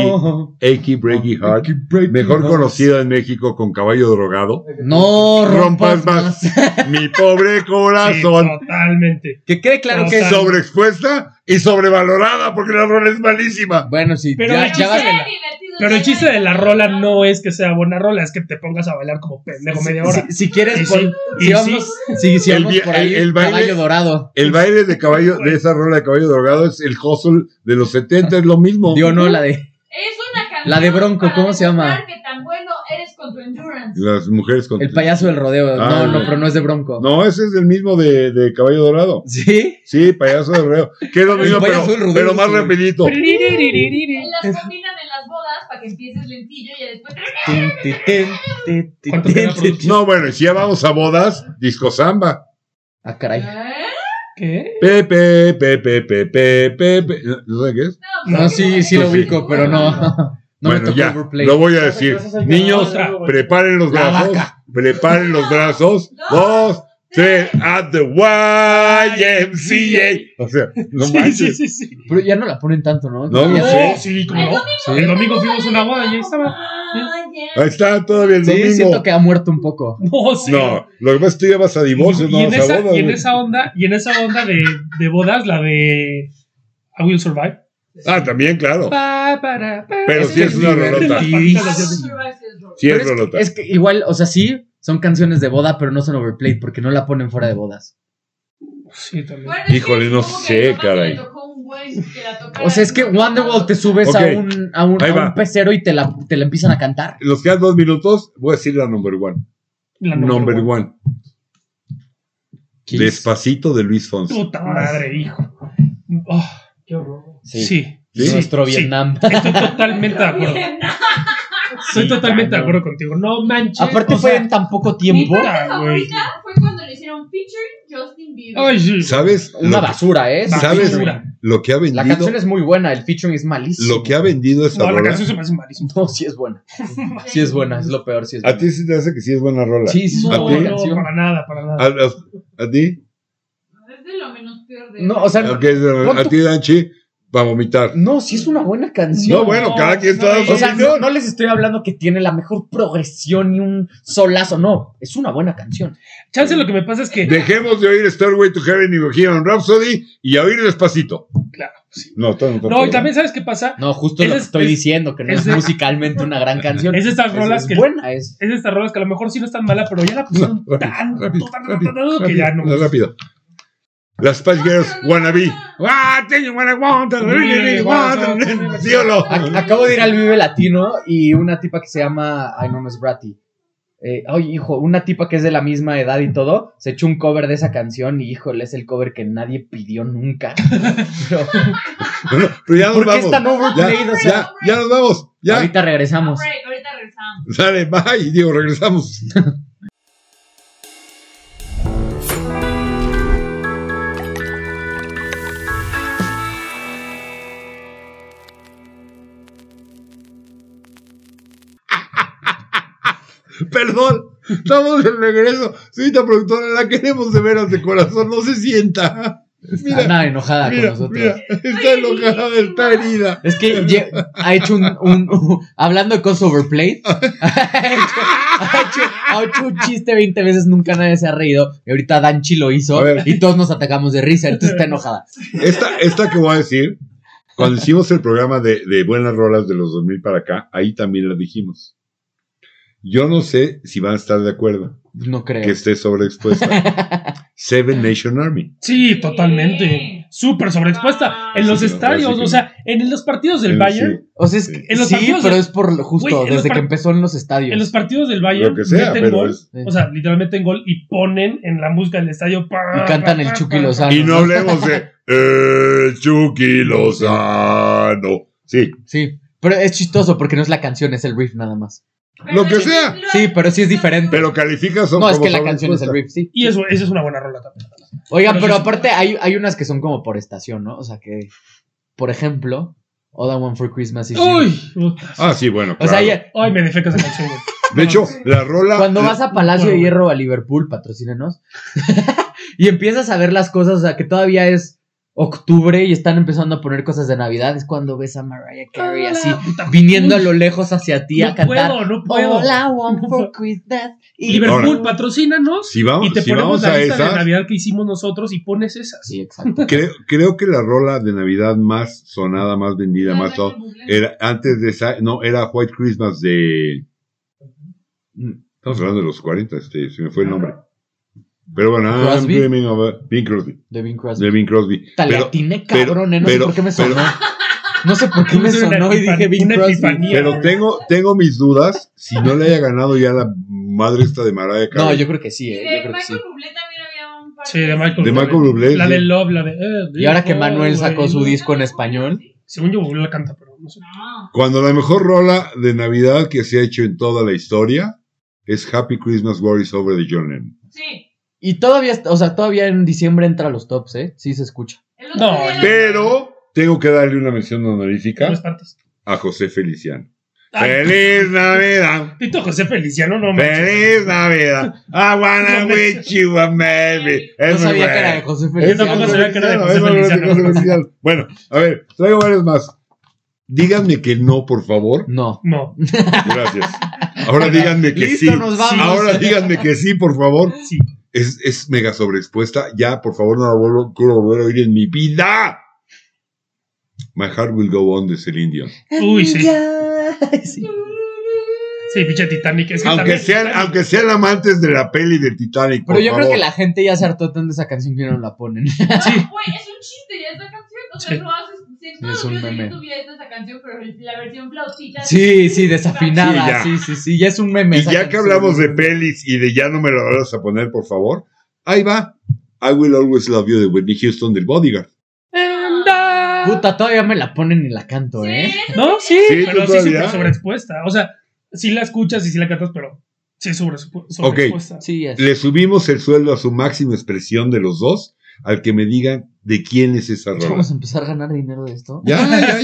Speaker 1: Achy Breaky Heart, mejor conocida en México con caballo drogado,
Speaker 3: No
Speaker 1: Rompas
Speaker 3: rompas
Speaker 1: más.
Speaker 3: más.
Speaker 1: mi pobre
Speaker 2: Sí,
Speaker 1: corazón,
Speaker 2: totalmente.
Speaker 3: Que quede claro que.
Speaker 2: Total.
Speaker 3: so-
Speaker 1: sobreexpuesta y sobrevalorada porque la rola es malísima.
Speaker 3: Bueno, sí,
Speaker 2: Pero
Speaker 3: ya,
Speaker 2: el
Speaker 3: ya vas-
Speaker 2: chiste- Pero el chiste de la rola no es que sea buena rola, es que te pongas a bailar como pendejo media hora.
Speaker 3: Si, si quieres,
Speaker 2: Y
Speaker 3: pon-
Speaker 2: sí,
Speaker 3: si
Speaker 2: y
Speaker 3: vamos, si- si
Speaker 1: El
Speaker 3: vamos
Speaker 1: vi-
Speaker 3: por ahí,
Speaker 1: el- el baile-
Speaker 3: caballo dorado.
Speaker 1: El baile de caballo, de esa rola de caballo drogado es el hustle de los 70, es lo mismo.
Speaker 3: Digo, no, la de.
Speaker 4: Es una canción.
Speaker 3: La de Bronco,
Speaker 4: para
Speaker 3: ¿cómo se llama?
Speaker 4: demostrar que tan bueno eres con tu endurance.
Speaker 1: Las mujeres con...
Speaker 3: El payaso del rodeo.
Speaker 1: Ah,
Speaker 3: No, no,
Speaker 1: el-
Speaker 3: pero no es de Bronco.
Speaker 1: No, ese es el mismo de, de caballo dorado.
Speaker 3: ¿Sí?
Speaker 1: Sí, payaso de reo. Que es lo
Speaker 3: El
Speaker 1: mismo, pero,
Speaker 3: payaso del rodeo,
Speaker 1: pero más
Speaker 3: güey.
Speaker 1: rapidito.
Speaker 4: Las combinan en las bodas para que empieces lentillo y después.
Speaker 3: Tin, tin, tin, tin, tin,
Speaker 2: ¿Cuánto te da
Speaker 3: tin,
Speaker 2: producción?
Speaker 3: tin.
Speaker 1: No, bueno, y si ya vamos a bodas, disco samba.
Speaker 3: Ah, caray.
Speaker 4: ¿Eh?
Speaker 2: ¿Qué?
Speaker 1: Pepe, pepe, pepe, pepe. ¿No saben qué es?
Speaker 4: pues
Speaker 3: No,
Speaker 4: es que Ah,
Speaker 3: sí, sí
Speaker 1: Pues
Speaker 3: lo
Speaker 1: sí.
Speaker 3: ubico, pero no. No me
Speaker 1: bueno,
Speaker 3: tocó
Speaker 1: ya,
Speaker 3: Overplay.
Speaker 1: lo voy a decir. Niños,
Speaker 2: Otra.
Speaker 1: preparen los
Speaker 3: La
Speaker 1: brazos.
Speaker 3: vaca.
Speaker 1: Preparen los brazos. Dos, tres, at the YMCA. O sea, no
Speaker 2: Sí, sí,
Speaker 1: manches.
Speaker 2: sí, sí.
Speaker 3: Pero ya no la ponen tanto, ¿no?
Speaker 1: No, no
Speaker 3: Ya
Speaker 1: sé.
Speaker 2: Oh, sí, ¿cómo no?
Speaker 3: Sí.
Speaker 2: El domingo fuimos a una boda y estaba.
Speaker 4: Ah, ya.
Speaker 1: Ahí está todavía el
Speaker 3: Sí, siento
Speaker 1: domingo.
Speaker 3: que ha muerto un poco.
Speaker 2: No, sí.
Speaker 1: No, lo que pasa es que tú ya vas a divorcio,
Speaker 2: y,
Speaker 1: no
Speaker 2: y en
Speaker 1: vas a
Speaker 2: esa,
Speaker 1: bodas.
Speaker 2: y en
Speaker 1: güey.
Speaker 2: esa onda, y en esa onda de, de bodas, la de I Will Survive.
Speaker 1: Ah, también, claro.
Speaker 2: Pa, para, pa.
Speaker 1: Pero sí es una rolota. Sí
Speaker 3: Pero
Speaker 1: es
Speaker 3: es,
Speaker 1: rolota.
Speaker 3: que, es que igual, o sea, sí, son canciones de boda, pero no son overplayed porque no la ponen fuera de bodas.
Speaker 2: Sí, también.
Speaker 4: Bueno, es que
Speaker 1: Híjole, no
Speaker 4: supongo que
Speaker 1: sé,
Speaker 4: nomás
Speaker 1: caray.
Speaker 4: le tocó un güey que la tocara.
Speaker 3: O sea, es que Wonderwall te subes
Speaker 1: Ok.
Speaker 3: a un, a un,
Speaker 1: Ahí
Speaker 3: a
Speaker 1: va.
Speaker 3: un pecero y te la, te la empiezan a cantar.
Speaker 1: Los quedan dos minutos, voy a decir la number one.
Speaker 2: La
Speaker 1: number
Speaker 2: número
Speaker 1: one. Despacito de Luis Fonsi.
Speaker 2: Puta madre, hijo. Oh, qué horror. Sí.
Speaker 3: Sí.
Speaker 2: sí.
Speaker 1: Sí.
Speaker 3: Nuestro
Speaker 2: sí.
Speaker 3: Vietnam.
Speaker 2: Estoy totalmente de acuerdo. Estoy
Speaker 3: Sí,
Speaker 2: totalmente de
Speaker 3: cañón.
Speaker 2: acuerdo contigo. No manches.
Speaker 3: Aparte
Speaker 2: o
Speaker 3: fue
Speaker 2: sea,
Speaker 3: en tan poco
Speaker 4: Mi
Speaker 3: tiempo.
Speaker 4: parte
Speaker 2: güey.
Speaker 4: favorita fue cuando le hicieron featuring Justin Bieber.
Speaker 2: Ay, sí.
Speaker 1: ¿Sabes?
Speaker 3: Una
Speaker 1: lo que-
Speaker 3: basura, ¿eh?
Speaker 2: basura.
Speaker 1: ¿Sabes
Speaker 2: Basura.
Speaker 1: lo que ha
Speaker 3: La
Speaker 1: vendido?
Speaker 3: canción es muy buena, el featuring es malísimo.
Speaker 1: Lo que ha vendido esa
Speaker 2: No, la
Speaker 1: rola.
Speaker 2: canción se me hace malísima.
Speaker 3: No, sí es buena. Sí es buena, es lo peor, sí es
Speaker 1: A
Speaker 3: buena.
Speaker 1: ti sí te hace que sí es buena rola.
Speaker 3: Sí, sí es una
Speaker 1: ¿A
Speaker 2: No,
Speaker 1: ti?
Speaker 3: buena
Speaker 2: no,
Speaker 3: canción.
Speaker 2: para nada, para
Speaker 1: ¿A,
Speaker 2: nada.
Speaker 1: a- a ti?
Speaker 4: Es de lo menos peor de
Speaker 3: No, o sea,
Speaker 1: Ok, ¿A ti, Danchi? Para vomitar.
Speaker 3: no, sí es una buena canción.
Speaker 1: No, bueno, cada quien está dando
Speaker 3: O sea,
Speaker 1: Sí,
Speaker 3: no,
Speaker 1: sí.
Speaker 3: no les estoy hablando que tiene la mejor progresión y un solazo, no. Es una buena canción.
Speaker 2: Chance lo que me pasa es que.
Speaker 1: Dejemos de oír Stairway to Heaven y Bohemian Rhapsody y a oír Despacito.
Speaker 2: Claro, sí.
Speaker 1: No, está- está-
Speaker 2: No, y
Speaker 1: está-
Speaker 2: también, ¿sabes qué pasa?
Speaker 3: No, justo lo
Speaker 2: Ese
Speaker 3: que
Speaker 2: es-
Speaker 3: estoy
Speaker 2: es-
Speaker 3: diciendo, que no es
Speaker 2: ese-
Speaker 3: musicalmente una gran canción.
Speaker 2: Es de estas rolas
Speaker 3: es
Speaker 2: que.
Speaker 3: buena, es.
Speaker 2: Es de estas rolas que a lo mejor sí no es tan mala, pero ya la
Speaker 1: No,
Speaker 2: pusieron
Speaker 1: rápido,
Speaker 2: tan,
Speaker 1: rápido,
Speaker 2: tan, tan,
Speaker 1: rápido,
Speaker 2: tan, tan, que
Speaker 1: rápido,
Speaker 2: ya no.
Speaker 1: rápido. Las Spice Girls wannabe. Ah, tell you what I want, I really, really want, and- ¿Sí o no?
Speaker 3: Ac- Acabo de ir al Vive Latino y una tipa que se llama Ay, no, no es Bratty. Eh, ay, hijo, una tipa que es de la misma edad y todo, se echó un cover de esa canción y híjole, es el cover que nadie pidió nunca. Pero,
Speaker 1: Bueno, pero ya nos
Speaker 3: ¿Por qué
Speaker 1: vamos.
Speaker 3: es tan overplayed?
Speaker 1: Ya,
Speaker 3: O sea,
Speaker 1: ya, ya nos vamos. Ya.
Speaker 3: ahorita regresamos.
Speaker 4: Break, ahorita regresamos.
Speaker 1: Sale, bye. Digo, regresamos. Perdón, estamos de regreso. Señorita productora, la queremos de veras de corazón, no se sienta. Mira,
Speaker 3: Está nada enojada
Speaker 1: mira,
Speaker 3: con nosotros.
Speaker 1: mira, está enojada, está herida.
Speaker 3: Es que ye- ha hecho un, un- un- hablando de crossover play, ha, hecho, ha hecho- ha hecho un chiste 20 veces, nunca nadie se ha reído. Y ahorita Danchi lo hizo
Speaker 1: A ver.
Speaker 3: y todos nos atacamos de risa, entonces está enojada.
Speaker 1: Esta, esta que voy a decir, cuando hicimos el programa de, de Buenas Rolas de los 2000 para acá, ahí también la dijimos. Yo no sé si van a estar de acuerdo
Speaker 3: No creo.
Speaker 1: que esté sobreexpuesta. Seven Nation Army.
Speaker 2: Sí,
Speaker 4: Sí.
Speaker 2: totalmente. Súper
Speaker 3: Ah.
Speaker 2: sobreexpuesta. En los
Speaker 1: Sí, sí,
Speaker 2: estadios,
Speaker 1: sí,
Speaker 2: o
Speaker 1: sí.
Speaker 2: sea, en los partidos del
Speaker 1: Sí,
Speaker 2: Bayern,
Speaker 3: O sea, es que-
Speaker 2: En los
Speaker 3: sí,
Speaker 2: partidos
Speaker 3: pero
Speaker 2: de-
Speaker 3: es por justo,
Speaker 2: Güey, en los
Speaker 3: desde que
Speaker 2: par-
Speaker 3: empezó en los estadios.
Speaker 2: en los partidos del Bayern
Speaker 1: Lo que sea,
Speaker 2: meten
Speaker 1: pero
Speaker 2: gol,
Speaker 1: es-
Speaker 3: Sí.
Speaker 2: o sea, literalmente en gol y ponen en la música del estadio pa,
Speaker 3: y cantan
Speaker 2: pa,
Speaker 3: el
Speaker 2: pa,
Speaker 3: Chucky
Speaker 2: pa,
Speaker 3: Lozano.
Speaker 1: Y no hablemos de el Chucky Lozano. Sí,
Speaker 3: Sí, pero es chistoso porque no es la canción, es el riff nada más.
Speaker 1: Lo que sea.
Speaker 3: Sí, pero sí es diferente.
Speaker 1: pero califica son
Speaker 3: No, es
Speaker 1: como
Speaker 3: que la
Speaker 1: sobreexpuesta.
Speaker 3: canción es el riff, sí.
Speaker 2: Y eso, esa es una buena rola también.
Speaker 3: Oigan,
Speaker 2: Pero
Speaker 3: pero
Speaker 2: sí-
Speaker 3: aparte hay, hay unas que son como por estación, ¿no? O sea que, por ejemplo, All I Want for Christmas is You.
Speaker 2: Uy, puta.
Speaker 1: Ah, sí, bueno.
Speaker 3: o sea,
Speaker 1: claro.
Speaker 3: ya-
Speaker 2: ay, me defeca esa canción. güey.
Speaker 1: de hecho, la rola.
Speaker 3: cuando vas a Palacio
Speaker 2: Bueno,
Speaker 3: de Hierro a Liverpool, patrocínenos, y empiezas a ver las cosas, o sea que todavía es octubre y están empezando a poner cosas de Navidad, es cuando ves a Mariah Carey
Speaker 2: Hola,
Speaker 3: así,
Speaker 2: puta.
Speaker 3: viniendo a
Speaker 2: Uy,
Speaker 3: lo lejos hacia ti a
Speaker 2: No
Speaker 3: cantar.
Speaker 2: puedo, no puedo.
Speaker 3: All I Want for Christmas is
Speaker 2: Liverpool,
Speaker 3: You.
Speaker 2: patrocínanos
Speaker 1: Si vamos,
Speaker 2: y te
Speaker 1: si vamos
Speaker 2: ponemos la
Speaker 1: a
Speaker 2: lista de
Speaker 1: esa,
Speaker 2: Navidad que hicimos nosotros y pones esas.
Speaker 3: Sí, exacto.
Speaker 1: creo, creo que la rola de Navidad más sonada, más vendida, más todo, era antes de esa, no, era White Christmas de. Estamos hablando de los 40, este, se me fue el nombre. Pero bueno, I'm
Speaker 3: Crosby.
Speaker 1: dreaming of a- Bing Crosby.
Speaker 3: De Bing Crosby.
Speaker 1: De Bing Crosby.
Speaker 3: Puta, le
Speaker 1: Pero,
Speaker 3: atiné,
Speaker 1: pero-
Speaker 3: cabrón, eh, no
Speaker 1: pero-
Speaker 3: sé por qué me
Speaker 1: pero-
Speaker 3: sonó. no sé por qué me
Speaker 2: Tuve una
Speaker 3: sonó y
Speaker 2: epifanía,
Speaker 3: dije Bing
Speaker 2: una
Speaker 3: Crosby.
Speaker 2: epifanía.
Speaker 1: pero tengo, tengo mis dudas si no le haya ganado ya la madre esta de Mariah
Speaker 3: No,
Speaker 1: Carey.
Speaker 3: yo creo que sí,
Speaker 4: Y
Speaker 3: eh,
Speaker 4: de
Speaker 3: yo creo que sí.
Speaker 4: Michael Bublé también había un par
Speaker 2: Sí, de Michael
Speaker 1: de Michael Bublé.
Speaker 2: La
Speaker 1: sí.
Speaker 2: de Love, la de. eh,
Speaker 3: Y ahora que
Speaker 2: oh,
Speaker 3: Manuel sacó
Speaker 2: güey.
Speaker 3: su disco en español.
Speaker 2: Según yo, Bublé la canta, pero no sé.
Speaker 4: No.
Speaker 1: Cuando la mejor rola de Navidad que se ha hecho en toda la historia es Happy Christmas War is Over de John Lennon.
Speaker 4: Sí.
Speaker 3: Y todavía, est- o sea, todavía en diciembre entra a los tops, ¿eh? Sí se escucha.
Speaker 4: El otro
Speaker 2: No,
Speaker 4: día la-
Speaker 1: Pero tengo que darle una mención honorífica
Speaker 3: Pues
Speaker 2: Tres partes.
Speaker 1: a José Feliciano.
Speaker 2: Ay,
Speaker 1: ¡Feliz Navidad!
Speaker 2: Tito José Feliciano, no manches.
Speaker 1: ¡Feliz Navidad! I wanna
Speaker 2: No me-
Speaker 1: wish you a merry
Speaker 3: No sabía que era de
Speaker 1: everywhere.
Speaker 3: José
Speaker 1: Es
Speaker 2: Yo
Speaker 1: José
Speaker 2: tampoco
Speaker 3: Feliciano.
Speaker 2: sabía que era de
Speaker 1: Feliciano,
Speaker 2: José
Speaker 1: es José
Speaker 2: Feliciano.
Speaker 1: José Feliciano. Bueno, a ver, traigo varias más. Díganme que no, por favor.
Speaker 3: No.
Speaker 2: No,
Speaker 1: Gracias. Ahora díganme que sí.
Speaker 3: Listo, nos vamos.
Speaker 1: Ahora díganme que sí, por favor.
Speaker 2: sí.
Speaker 1: Es, es mega sobreexpuesta. Ya, por favor, no la vuelvo, quiero volver a oír en mi vida. My Heart Will Go On de Celine Dion.
Speaker 2: Uy, sí.
Speaker 3: Sí.
Speaker 2: Sí, pinche Titanic. Es que
Speaker 1: Aunque
Speaker 2: también
Speaker 1: sean,
Speaker 2: Titanic-
Speaker 1: aunque sean amantes de la peli del Titanic, por
Speaker 3: Pero yo
Speaker 1: favor.
Speaker 3: creo que la gente ya se hartó tanto de esa canción que no la ponen.
Speaker 4: No, güey, es un chiste ya esta canción. O sea,
Speaker 2: Sí.
Speaker 4: lo haces. Si todos
Speaker 3: Es
Speaker 4: los
Speaker 3: un
Speaker 4: videos de
Speaker 3: meme.
Speaker 4: YouTube ya está esa canción, pero la versión flautita.
Speaker 3: Sí, sí,
Speaker 1: Sí,
Speaker 3: desafinada.
Speaker 1: ya.
Speaker 3: Sí, sí, sí. Ya es un meme.
Speaker 1: Y
Speaker 3: esa
Speaker 1: ya que
Speaker 3: canción.
Speaker 1: hablamos de pelis y de ya no me lo vas a poner, por favor, ahí va. I Will Always Love You de Whitney Houston del Bodyguard.
Speaker 2: And I-
Speaker 3: Puta, todavía me la ponen y la canto,
Speaker 4: Sí,
Speaker 3: ¿eh?
Speaker 4: es-
Speaker 2: No, sí,
Speaker 1: Sí,
Speaker 2: pero
Speaker 1: tú
Speaker 2: sí
Speaker 1: todavía.
Speaker 2: súper sobreexpuesta. O sea, sí la escuchas y sí la cantas, pero sí sobre, sobreexpuesta.
Speaker 3: Sí, es.
Speaker 1: Le subimos el sueldo a su máxima expresión de los dos, al que me digan de quién es esa rola.
Speaker 3: Vamos a empezar a ganar dinero de esto.
Speaker 1: Ya, ya,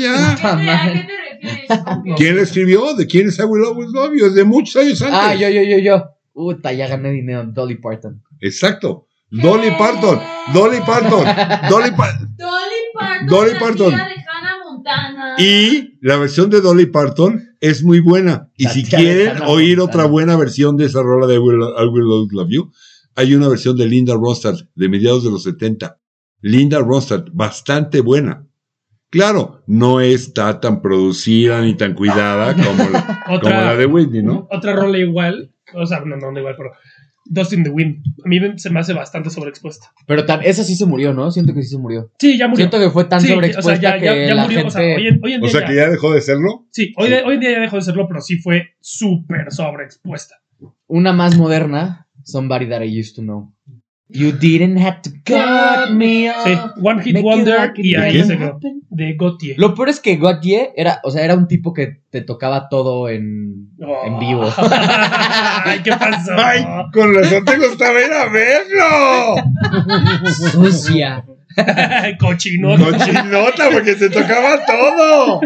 Speaker 4: ¿A
Speaker 1: ya.
Speaker 4: qué te- a qué te refieres? Como-
Speaker 1: ¿Quién la escribió? ¿De quién es I Will Always Love You? Es de muchos años antes.
Speaker 3: Ah, yo, yo, yo, yo. Puta, ya gané dinero. Dolly Parton.
Speaker 1: Exacto. Dolly Parton, Dolly Parton, Dolly Parton.
Speaker 4: Dolly Parton.
Speaker 1: Dolly
Speaker 4: la
Speaker 1: Parton.
Speaker 4: tía de Hannah Montana.
Speaker 1: Y la versión de Dolly Parton es muy buena. Y
Speaker 3: La
Speaker 1: si
Speaker 3: tía de
Speaker 1: quieren
Speaker 3: Hannah
Speaker 1: oír
Speaker 3: Montana.
Speaker 1: otra buena versión de esa rola de I Will, I Will Always Love You, hay una versión de Linda Ronstadt de mediados de los 70. Linda Ronstadt, bastante buena. Claro, no está tan producida ni tan cuidada como la, como la
Speaker 2: Otra,
Speaker 1: de Whitney, ¿no?
Speaker 2: otra rola igual. O sea, no, no, no igual, pero. Dust in the Wind. A mí se me hace bastante sobreexpuesta.
Speaker 3: Pero tam- esa sí se murió, ¿no? Siento que sí se murió.
Speaker 2: Sí, ya murió.
Speaker 3: Siento que fue tan
Speaker 2: sí,
Speaker 3: sobreexpuesta
Speaker 2: o sea, ya,
Speaker 3: que
Speaker 2: ya, ya
Speaker 3: la
Speaker 2: murió.
Speaker 3: gente...
Speaker 2: O sea, hoy en, hoy en
Speaker 1: O
Speaker 2: día.
Speaker 1: sea que
Speaker 2: ya-
Speaker 1: ya dejó de serlo.
Speaker 2: Sí, hoy,
Speaker 1: Sí.
Speaker 2: hoy en día ya dejó de serlo, pero sí fue súper sobreexpuesta.
Speaker 3: Una más moderna, Somebody That I Used to Know. You didn't have to cut Ah, me off.
Speaker 2: Sí, One Hit
Speaker 3: Make it
Speaker 2: Wonder
Speaker 3: like it
Speaker 2: y ahí
Speaker 1: didn't
Speaker 2: se quedó.
Speaker 3: happen.
Speaker 2: De Gautier.
Speaker 3: Lo peor es que Gautier era, o sea, era un tipo que te tocaba todo en, en vivo.
Speaker 2: Oh. Ay, ¿qué pasó?
Speaker 1: ¡Ay! Con razón te gustaba ir a verlo.
Speaker 3: Sucia.
Speaker 2: Cochino.
Speaker 1: Cochinota, porque se tocaba todo.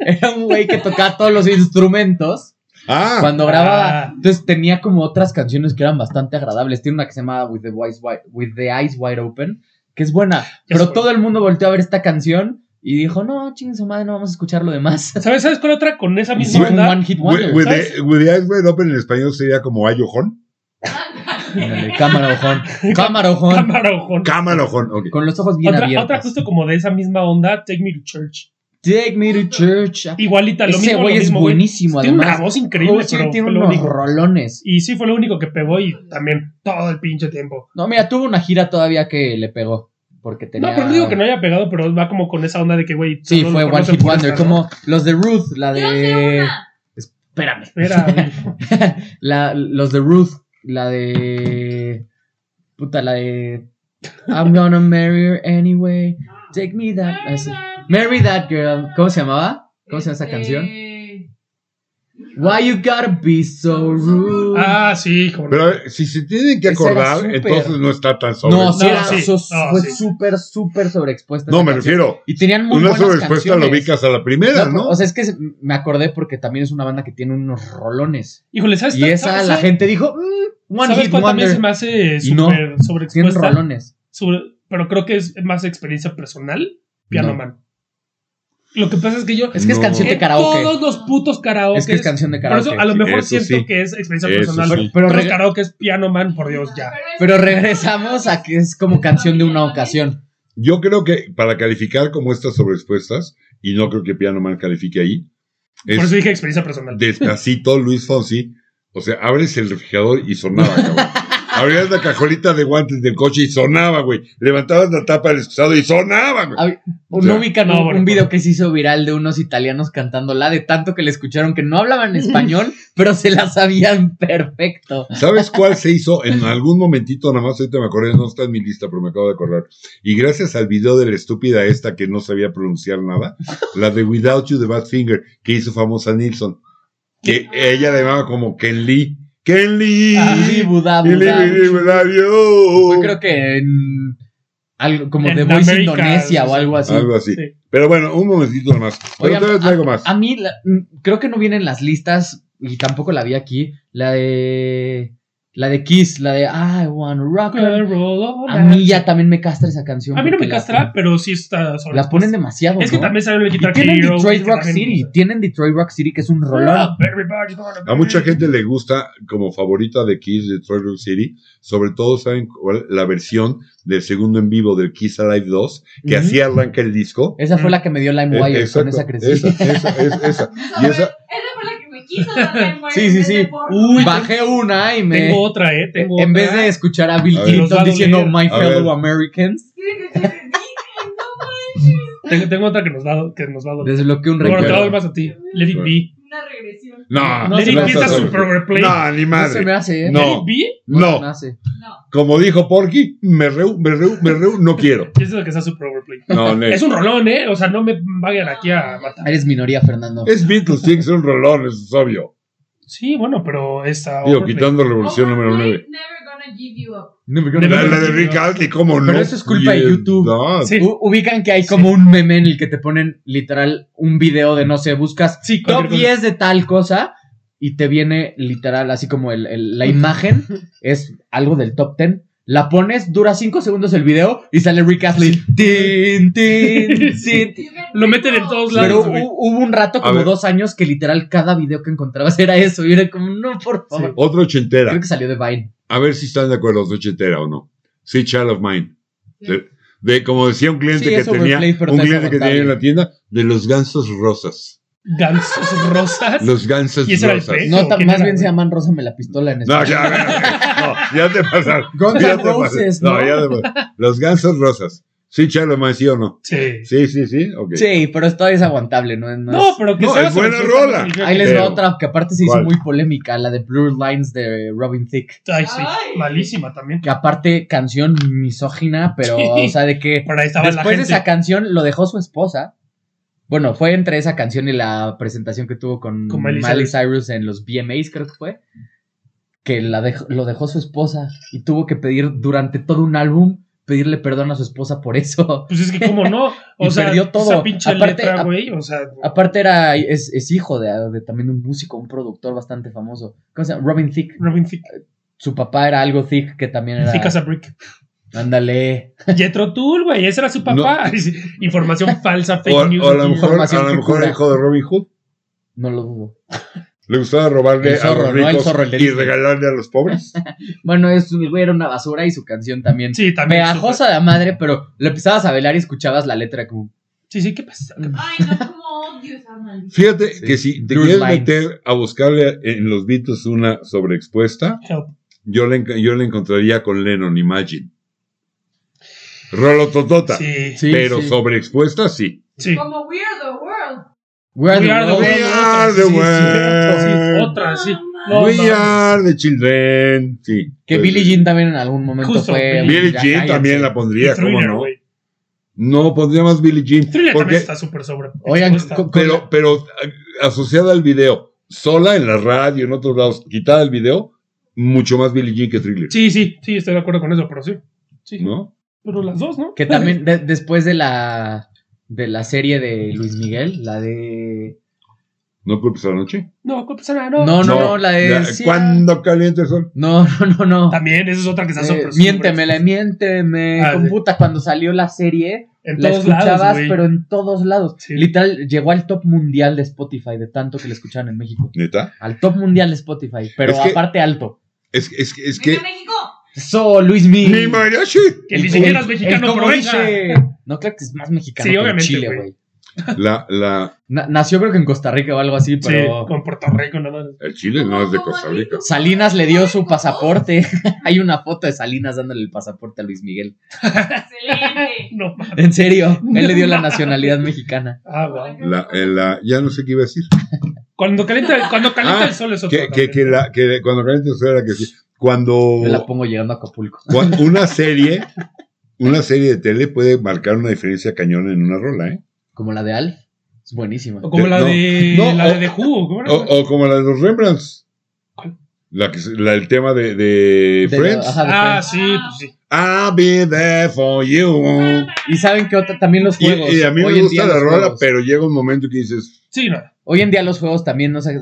Speaker 3: Era un güey que tocaba todos los instrumentos
Speaker 1: Ah,
Speaker 3: Cuando grababa,
Speaker 2: Ah.
Speaker 3: entonces tenía como otras canciones que eran bastante agradables. Tiene una que se llama With the, Wise Wi- With the Eyes Wide Open, que es buena. pero
Speaker 2: sé.
Speaker 3: todo el mundo volteó a ver esta canción y dijo, no, chingue su madre, no vamos a escuchar lo demás.
Speaker 2: ¿Sabes, ¿Sabes cuál otra con esa
Speaker 3: Y sí,
Speaker 2: misma
Speaker 3: fue un
Speaker 2: onda?
Speaker 3: one hit
Speaker 1: with,
Speaker 3: wonder.
Speaker 1: with
Speaker 2: ¿sabes?
Speaker 1: the, with the Eyes Wide Open en español sería como ay, ojón.
Speaker 3: Ándale, Cámara ojón, cámara ojón.
Speaker 2: Cámara, ojón.
Speaker 1: Cámara, ojón. ok.
Speaker 3: Con los ojos bien
Speaker 2: Otra,
Speaker 3: abiertos.
Speaker 2: otra justo como de esa misma onda, Take Me to Church.
Speaker 3: Take me to church.
Speaker 2: Igualita, lo
Speaker 3: Ese
Speaker 2: mismo.
Speaker 3: güey
Speaker 2: lo
Speaker 3: es
Speaker 2: mismo,
Speaker 3: buenísimo,
Speaker 2: Tiene una
Speaker 3: además.
Speaker 2: voz increíble,
Speaker 3: Oye,
Speaker 2: pero
Speaker 3: tiene
Speaker 2: fue lo
Speaker 3: unos
Speaker 2: único.
Speaker 3: rolones.
Speaker 2: Y sí fue lo único que pegó y también todo el pinche tiempo.
Speaker 3: No, mira, tuvo una gira todavía que le pegó. Porque tenía...
Speaker 2: No, pero no digo que no haya pegado, pero va como con esa onda de que, güey.
Speaker 3: Sí,
Speaker 2: solo
Speaker 3: fue
Speaker 2: lo
Speaker 3: One
Speaker 2: conocen
Speaker 3: Hit
Speaker 2: por
Speaker 3: Wonder.
Speaker 2: esta, ¿no?
Speaker 3: Como los de Ruth, la
Speaker 4: Yo sé
Speaker 3: de.
Speaker 4: una.
Speaker 3: Espérame.
Speaker 2: Era, güey.
Speaker 3: La, los de Ruth, la de. Puta, la de. I'm gonna marry her anyway. Take me that. ah, sí. Marry that girl. ¿Cómo se llamaba? ¿Cómo se llama esa
Speaker 4: Este,
Speaker 3: canción? Why you gotta be so rude.
Speaker 2: Ah, sí, como.
Speaker 1: Pero a ver, si se tienen que
Speaker 3: Esa era
Speaker 1: acordar,
Speaker 3: súper.
Speaker 1: entonces no está tan sobre.
Speaker 3: no,
Speaker 1: No,
Speaker 3: sí,
Speaker 2: No,
Speaker 3: era-
Speaker 2: sí,
Speaker 3: so-
Speaker 2: no,
Speaker 3: fue
Speaker 2: sí.
Speaker 3: súper, súper sobreexpuesta.
Speaker 1: me
Speaker 3: esa canción.
Speaker 1: refiero.
Speaker 3: Y tenían muy
Speaker 1: Una
Speaker 3: buenas
Speaker 1: sobreexpuesta lo
Speaker 3: canciones.
Speaker 1: ubicas a la primera, ¿no?
Speaker 3: O sea, es que se- me acordé porque también es una banda que tiene unos rolones.
Speaker 2: Híjole, ¿sabes?
Speaker 3: Y esa la gente dijo, mm, One
Speaker 2: ¿Sabes
Speaker 3: Hit
Speaker 2: cuál también se
Speaker 3: Wonder.
Speaker 2: me hace
Speaker 3: Y no,
Speaker 2: súper
Speaker 3: Tienen
Speaker 2: sobreexpuesta?
Speaker 3: rolones.
Speaker 2: sobre- pero creo que es más experiencia personal, Piano
Speaker 3: No.
Speaker 2: Man. Lo que pasa es que yo.
Speaker 3: Es que es
Speaker 1: No.
Speaker 3: canción de
Speaker 2: en
Speaker 3: karaoke.
Speaker 2: Todos los putos karaoke.
Speaker 3: Es que es canción de
Speaker 2: Por
Speaker 3: karaoke.
Speaker 2: eso a lo mejor
Speaker 1: Eso
Speaker 2: siento
Speaker 1: sí.
Speaker 2: que es experiencia
Speaker 1: Eso
Speaker 2: personal.
Speaker 1: sí.
Speaker 3: pero,
Speaker 2: Pero
Speaker 3: reg-
Speaker 2: karaoke es Piano Man, por Dios, ya.
Speaker 4: es-
Speaker 3: pero regresamos a que es como canción de una ocasión.
Speaker 1: Yo creo que para calificar como estas sobreexpuestas, y no creo que Piano Man califique ahí, es
Speaker 2: Por eso dije experiencia personal.
Speaker 1: despacito Luis Fonsi. O sea, abres el refrigerador y sonaba, cabrón. Abrías la cajolita de guantes del coche y sonaba, güey. Levantabas la tapa del excusado y sonaba, güey.
Speaker 3: Ah, ¿O
Speaker 1: Ya.
Speaker 3: ¿No ubican
Speaker 2: No,
Speaker 3: un-
Speaker 2: bueno,
Speaker 3: un video
Speaker 2: bueno.
Speaker 3: que se hizo viral de unos italianos cantándola de tanto que le escucharon que no hablaban español, pero se la sabían perfecto?
Speaker 1: ¿Sabes cuál se hizo en algún momentito? Nada más ahorita me acordé, no está en mi lista, pero me acabo de acordar. Y gracias al video de la estúpida esta que no sabía pronunciar nada, la de Without You, de Bad Finger, que hizo famosa Nilsson, que ella le llamaba como Ken Lee. Ken Lee.
Speaker 2: Ah,
Speaker 3: Ili, Buda,
Speaker 1: Ken Lee,
Speaker 3: Buda.
Speaker 1: Without
Speaker 3: Yo
Speaker 1: You.
Speaker 3: creo que en algo como
Speaker 2: En
Speaker 3: de Voice
Speaker 2: América,
Speaker 3: Indonesia o algo así.
Speaker 1: Algo así.
Speaker 2: Sí.
Speaker 1: Pero bueno, un momentito nada más. Pero
Speaker 3: Oigan,
Speaker 1: todavía traigo más.
Speaker 3: A mí, la- mm, creo que no vienen las listas, y tampoco la vi aquí, la de. La de Kiss, la de I wanna rock. her. A mí ya también me castra esa canción.
Speaker 2: A mí no
Speaker 3: porque
Speaker 2: me
Speaker 3: la
Speaker 2: castra, pero sí está
Speaker 3: ponen-
Speaker 2: sobre.
Speaker 3: La, ponen demasiado.
Speaker 2: Es que
Speaker 3: ¿no?
Speaker 2: también salió el
Speaker 3: Y
Speaker 2: Guitar
Speaker 3: tienen
Speaker 2: Hero,
Speaker 3: Detroit
Speaker 2: que
Speaker 3: Rock
Speaker 2: también- Ah,
Speaker 3: City. Tienen Detroit Rock City, que es un rolón.
Speaker 2: Everybody's gonna be-
Speaker 1: A mucha
Speaker 3: Mm.
Speaker 1: gente le gusta como favorita de Kiss de Detroit Rock City, sobre todo saben cuál? la versión del segundo en vivo del Kiss Alive 2, que
Speaker 3: Ujú.
Speaker 1: así arranca el disco.
Speaker 3: Esa fue
Speaker 2: Mm.
Speaker 3: la que me dio
Speaker 1: Eh,
Speaker 3: LimeWire.
Speaker 1: exacto,
Speaker 3: con esa crecí.
Speaker 1: esa, esa, es- esa.
Speaker 4: Esa
Speaker 1: Y esa-
Speaker 4: fue la que me quiso dar la
Speaker 3: Sí, sí,
Speaker 4: muerte
Speaker 3: sí.
Speaker 4: por-
Speaker 1: Uh.
Speaker 2: Uy,
Speaker 3: Bajé una y me.
Speaker 2: Tengo otra, ¿eh? Tengo
Speaker 3: en vez
Speaker 2: otra.
Speaker 3: de escuchar a Bill
Speaker 1: A ver.
Speaker 2: Los
Speaker 3: Clinton
Speaker 2: va a
Speaker 3: diciendo
Speaker 2: doler.
Speaker 3: My
Speaker 1: A
Speaker 3: fellow
Speaker 1: ver.
Speaker 3: Americans,
Speaker 2: Tengo, tengo otra que nos va, a- que nos va a doler.
Speaker 3: desbloqueé un
Speaker 2: Bueno, te va a
Speaker 3: este- recuerdo.
Speaker 2: doler más a ti. Let it be.
Speaker 4: Una regresión.
Speaker 1: Ah, No,
Speaker 3: No
Speaker 2: Let
Speaker 3: se
Speaker 2: it
Speaker 3: me
Speaker 2: be
Speaker 3: hace
Speaker 2: está
Speaker 3: eso.
Speaker 2: super overplay.
Speaker 1: No, ni
Speaker 3: No se me
Speaker 1: madre.
Speaker 3: hace, ¿eh?
Speaker 1: No.
Speaker 2: Let it be.
Speaker 3: No se me
Speaker 1: No,
Speaker 3: hace.
Speaker 4: No.
Speaker 1: como dijo Porky, me reu, me reu, me reu, no quiero.
Speaker 2: Yo siento que está super overplay.
Speaker 1: No, no.
Speaker 2: Es un rolón, ¿eh? O sea, no me vayan aquí a matar.
Speaker 3: Eres minoría, Fernando.
Speaker 1: Es Beatles, tiene que ser un rolón, eso es obvio.
Speaker 2: Sí, bueno, pero esta.
Speaker 3: Ah,
Speaker 1: Digo,
Speaker 2: overplay.
Speaker 1: quitando Revolución número 9.
Speaker 4: Never gonna give you up.
Speaker 1: La, la de Rick Astley, ¿cómo no?
Speaker 3: Pero eso es culpa de
Speaker 1: Yeah,
Speaker 3: YouTube.
Speaker 1: no.
Speaker 2: Sí,
Speaker 3: U- Ubican que hay como un meme en el que te ponen literal un video de no sé, buscas
Speaker 2: sí,
Speaker 3: top
Speaker 2: cualquier cosa.
Speaker 3: 10 de tal cosa y te viene literal así como el, el- la imagen es algo del top 10. La pones, dura 5 segundos el video y sale Rick Astley. Tin, tin, tin.
Speaker 4: You can
Speaker 2: Lo
Speaker 4: be
Speaker 2: meten en
Speaker 4: wrong.
Speaker 2: todos
Speaker 3: Pero
Speaker 2: lados,
Speaker 3: hu-
Speaker 2: güey.
Speaker 3: hubo un rato,
Speaker 1: A
Speaker 3: como
Speaker 1: ver.
Speaker 3: dos años, que literal cada video que encontrabas era eso. Y era como, no, por favor.
Speaker 1: Otro ochentera.
Speaker 3: Creo que salió de Vine.
Speaker 1: A ver si están de acuerdo, los de ochentera o no. Sí, Child of Mine. De, de- como decía un cliente
Speaker 3: Sí,
Speaker 1: que
Speaker 3: es
Speaker 1: tenía,
Speaker 3: overplayed, pero
Speaker 1: un
Speaker 3: está
Speaker 1: cliente que tenía en
Speaker 3: soportable.
Speaker 1: la tienda, de los gansos rosas.
Speaker 2: Gansos rosas.
Speaker 1: Los gansos
Speaker 2: ¿Y ese era el
Speaker 1: rosas.
Speaker 2: pez?
Speaker 3: No,
Speaker 2: ¿O
Speaker 3: tan-
Speaker 2: quién
Speaker 3: más
Speaker 2: era,
Speaker 3: bien
Speaker 2: güey?
Speaker 3: se llaman Rózame la pistola en
Speaker 1: No,
Speaker 3: español.
Speaker 1: ya, a ver, a ver. no, ya te pasaron.
Speaker 3: Guns
Speaker 1: Ya te
Speaker 3: N'
Speaker 1: pasaron.
Speaker 3: Roses,
Speaker 1: No,
Speaker 3: ¿no?
Speaker 1: ya te pasaron. Los gansos rosas. Sí, Child of Mine, sí o no.
Speaker 2: Sí.
Speaker 1: Sí, sí, sí. ok.
Speaker 3: Sí, pero esto es aguantable, ¿no? No
Speaker 2: No,
Speaker 3: es-
Speaker 2: pero que
Speaker 1: No,
Speaker 2: sea
Speaker 1: es buena
Speaker 2: selección
Speaker 1: rola.
Speaker 2: también significa
Speaker 3: Ahí les va
Speaker 1: pero-
Speaker 3: otra que aparte se hizo
Speaker 1: ¿Cuál?
Speaker 3: muy polémica, la de Blue Lines de Robin Thicke.
Speaker 2: que- Ay, sí.
Speaker 4: Ay.
Speaker 2: Malísima también.
Speaker 3: Que aparte canción misógina, pero
Speaker 2: Sí.
Speaker 3: o sea, de que
Speaker 2: Pero ahí estaba la
Speaker 3: después de
Speaker 2: gente.
Speaker 3: esa canción lo dejó su esposa. Bueno, fue entre esa canción y la presentación que tuvo con,
Speaker 2: Con Miley
Speaker 3: Miley, Cyrus en los VMAs, creo que fue. Que la dejó- lo dejó su esposa y tuvo que pedir durante todo un álbum pedirle perdón a su esposa por eso.
Speaker 2: Pues es que, ¿cómo no? O
Speaker 3: Y
Speaker 2: sea,
Speaker 3: perdió todo.
Speaker 2: esa pinche
Speaker 3: Aparte,
Speaker 2: letra,
Speaker 3: ap-
Speaker 2: güey. O sea,
Speaker 3: Aparte era, es, es hijo de, de también un músico, un productor bastante famoso. ¿Cómo se llama? Robin Thicke.
Speaker 2: Robin Thicke,
Speaker 3: Su papá era algo Thicke que también era...
Speaker 2: Thicke as a brick.
Speaker 3: Ándale.
Speaker 2: Jethro Tull, güey, ese era su papá. Información falsa, fake
Speaker 1: O, o
Speaker 2: news.
Speaker 1: a lo
Speaker 2: aquí.
Speaker 1: mejor, a
Speaker 3: Información
Speaker 1: lo mejor
Speaker 3: cultura.
Speaker 1: el hijo de Robin Hood
Speaker 3: No lo dudo.
Speaker 1: le gustaba robarle
Speaker 3: El zorro,
Speaker 1: a los
Speaker 3: ¿no? El
Speaker 1: ricos
Speaker 3: zorro, el de
Speaker 1: y
Speaker 3: Disney.
Speaker 1: regalarle a los pobres.
Speaker 3: Bueno, es, el güey era una basura y su canción también.
Speaker 2: Sí, también.
Speaker 3: Pegajosa de madre, pero lo empezabas a velar y escuchabas la letra como...
Speaker 2: Sí, sí, ¿qué pasa?
Speaker 3: Mm.
Speaker 4: Ay, no, como odio esa maldita.
Speaker 1: Fíjate
Speaker 3: Sí.
Speaker 1: que si te
Speaker 3: Blue
Speaker 1: quieres
Speaker 3: Lines.
Speaker 1: meter a buscarle en los Beatles una sobreexpuesta,
Speaker 2: Help.
Speaker 1: yo le, enca- yo le encontraría con Lennon, Imagine. Rolo Totota.
Speaker 2: Sí, sí.
Speaker 3: Sí,
Speaker 1: pero
Speaker 3: sí.
Speaker 1: sobreexpuesta, sí.
Speaker 4: Como Weird the World.
Speaker 3: We are the
Speaker 2: We are the
Speaker 3: world.
Speaker 1: We
Speaker 2: world,
Speaker 1: are
Speaker 2: otra,
Speaker 1: the world.
Speaker 2: sí, sí, sí, otra, sí.
Speaker 4: No,
Speaker 2: No,
Speaker 1: We
Speaker 2: mames.
Speaker 1: are the children. Sí.
Speaker 3: Que
Speaker 1: Pues,
Speaker 3: Billie Jean también en algún momento
Speaker 2: Justo,
Speaker 3: fue...
Speaker 2: Billie
Speaker 1: Billie
Speaker 3: Ya
Speaker 1: Jean
Speaker 3: cállense.
Speaker 1: también la pondría, ¿cómo
Speaker 2: Thriller,
Speaker 1: no?
Speaker 2: güey.
Speaker 1: No, pondría más Billie Jean.
Speaker 2: Thriller también
Speaker 1: Porque,
Speaker 2: está súper sobre.
Speaker 3: Oigan,
Speaker 2: expuesta.
Speaker 3: co- co-
Speaker 1: pero, pero a- asociada al video, sola en la radio, en otros lados, quitada del video, mucho más Billie Jean que Thriller.
Speaker 2: Sí, sí, sí, estoy de acuerdo con eso, pero sí. Sí.
Speaker 1: ¿No?
Speaker 2: Pero las dos, ¿no?
Speaker 3: Que también de- después de la de la serie de Luis Miguel, la de
Speaker 1: ¿No culpes a la noche?
Speaker 2: No, pues nada, no.
Speaker 3: no, no, no, la de
Speaker 1: la-
Speaker 3: sí,
Speaker 1: Cuando caliente el sol.
Speaker 3: No, no, no, no.
Speaker 2: También, esa es otra que está
Speaker 3: Eh,
Speaker 2: sobre.
Speaker 3: miéntemele, miénteme,
Speaker 2: Ah, sí.
Speaker 3: computa cuando salió la serie,
Speaker 2: En
Speaker 3: la
Speaker 2: todos
Speaker 3: escuchabas
Speaker 2: lados, güey.
Speaker 3: pero en todos lados.
Speaker 2: Sí.
Speaker 3: Literal llegó al top mundial de Spotify de tanto que la escuchaban en México.
Speaker 1: ¿Neta?
Speaker 3: Al top mundial de Spotify, pero
Speaker 1: Es que-
Speaker 3: aparte alto.
Speaker 1: Es, es, es
Speaker 4: ¿Qué?
Speaker 1: que.
Speaker 4: México?
Speaker 3: So Luis Miguel.
Speaker 1: ¡Mi mariachi!
Speaker 2: Que ni
Speaker 3: El-
Speaker 2: siquiera
Speaker 3: el-
Speaker 2: es mexicano,
Speaker 3: el como
Speaker 2: pero venga.
Speaker 3: dice- No, claro que es más mexicano
Speaker 2: Sí,
Speaker 3: que en
Speaker 2: obviamente,
Speaker 3: Chile,
Speaker 2: güey.
Speaker 3: güey.
Speaker 1: La, la,
Speaker 3: Na- Nació creo que en Costa Rica o algo así,
Speaker 2: Sí,
Speaker 3: pero
Speaker 2: con Puerto Rico, nada más.
Speaker 1: el chile no es de Costa Rica.
Speaker 3: Salinas le dio su pasaporte. Hay una foto de Salinas dándole el pasaporte a Luis Miguel.
Speaker 1: eh,
Speaker 4: Excelente.
Speaker 2: No, mames.
Speaker 3: En serio, él le dio la nacionalidad mexicana.
Speaker 2: Ah, guau.
Speaker 1: La, eh, la- ya no sé qué iba a decir.
Speaker 2: Cuando calienta, cuando calienta
Speaker 1: Ah,
Speaker 2: el sol es otro.
Speaker 1: Que, que,
Speaker 2: también.
Speaker 1: que, la, que cuando caliente el sol era que sí. Cuando.
Speaker 3: Me la pongo llegando a Acapulco.
Speaker 1: Cuan- una serie, una serie de tele puede marcar una diferencia cañón en una rola, ¿eh?
Speaker 3: Como la de Alf. Es buenísima.
Speaker 2: O como la
Speaker 1: No,
Speaker 2: de.
Speaker 1: no,
Speaker 2: la
Speaker 1: o-
Speaker 2: de The Who, ¿cómo era?
Speaker 1: O, o como la de los Rembrandts.
Speaker 2: ¿Cuál?
Speaker 1: La que, se- la- el tema de, de
Speaker 3: De-
Speaker 1: Friends.
Speaker 3: ajá.
Speaker 2: Ah, sí, pues sí.
Speaker 1: I'll be there for you.
Speaker 3: Y saben que otra, también los
Speaker 1: Y,
Speaker 3: juegos.
Speaker 1: y a mí
Speaker 3: Hoy
Speaker 1: me
Speaker 3: en
Speaker 1: gusta
Speaker 3: día
Speaker 1: la
Speaker 3: los
Speaker 1: rola,
Speaker 3: juegos.
Speaker 1: pero llega un momento que dices,
Speaker 2: Sí, no.
Speaker 3: Hoy en día los juegos también, no sé.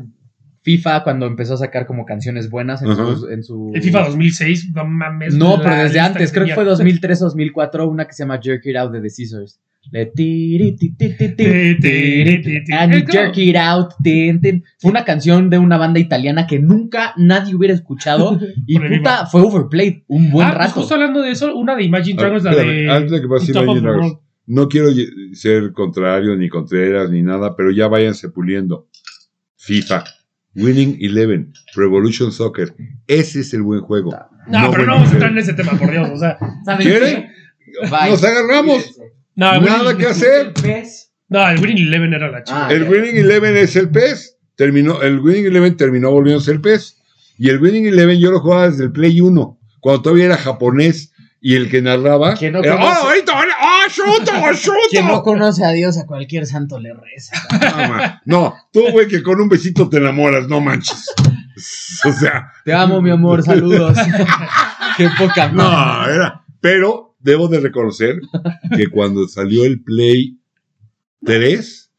Speaker 3: FIFA, cuando empezó a sacar como canciones buenas en,
Speaker 1: Ajá.
Speaker 3: sus- en su.
Speaker 2: El FIFA 2006, no mames.
Speaker 3: No,
Speaker 2: la
Speaker 3: pero desde
Speaker 2: lista
Speaker 3: antes, creo que
Speaker 2: tenía.
Speaker 3: fue 2003 2004, una que se llama Jerk It Out de The Scissors. Le tiri, ti, ti, ti, ti,
Speaker 2: Ti, ti,
Speaker 3: tiri,
Speaker 2: ti,
Speaker 3: ti,
Speaker 2: ti.
Speaker 3: and you
Speaker 2: Eh, claro.
Speaker 3: Jerk It Out. tin, tin. Fue una canción de una banda italiana que nunca nadie hubiera escuchado y
Speaker 2: Por el
Speaker 3: puta, fue overplayed un buen
Speaker 2: Ah, pues
Speaker 3: rato.
Speaker 2: justo hablando de eso, una de Imagine
Speaker 1: Ah,
Speaker 2: Dragons, la
Speaker 1: espérame, antes
Speaker 2: de.
Speaker 1: de que pase
Speaker 2: Top
Speaker 1: Imagine
Speaker 2: of the
Speaker 1: Dragons,
Speaker 2: World.
Speaker 1: no quiero ye- ser contrario ni contreras ni nada, pero ya váyanse puliendo. FIFA, Winning Eleven, Revolution Soccer, ese es el buen juego.
Speaker 2: No, pero
Speaker 1: Winning
Speaker 2: no vamos a
Speaker 1: Eleven.
Speaker 2: entrar en ese tema, por Dios. O sea,
Speaker 3: ¿Saben
Speaker 1: ¿Quieren?
Speaker 3: qué? Bye.
Speaker 1: Nos agarramos.
Speaker 2: no, el
Speaker 1: Nada
Speaker 2: Ah, Winning-
Speaker 1: que hacer.
Speaker 3: ¿Ves?
Speaker 2: No, el Winning Eleven era la chica.
Speaker 3: Ah,
Speaker 1: El
Speaker 3: ya.
Speaker 1: Winning Eleven es el pez. Terminó, el Winning Eleven terminó volviéndose el pez. Y el Winning Eleven yo lo jugaba desde el Play 1, cuando todavía era japonés y el que narraba.
Speaker 3: Que no
Speaker 1: era,
Speaker 3: conoce-
Speaker 1: ¡Oh, ahorita! ahora, ¡Ah, shoto,
Speaker 3: Quien no
Speaker 1: shoto!
Speaker 3: conoce a Dios, a cualquier santo le reza.
Speaker 1: No, ma- no, tú, güey, que con un besito te enamoras, no manches. O sea,
Speaker 3: Te amo, mi amor, saludos. qué poca madre.
Speaker 1: no, era. Pero debo de reconocer que cuando salió el Play 3,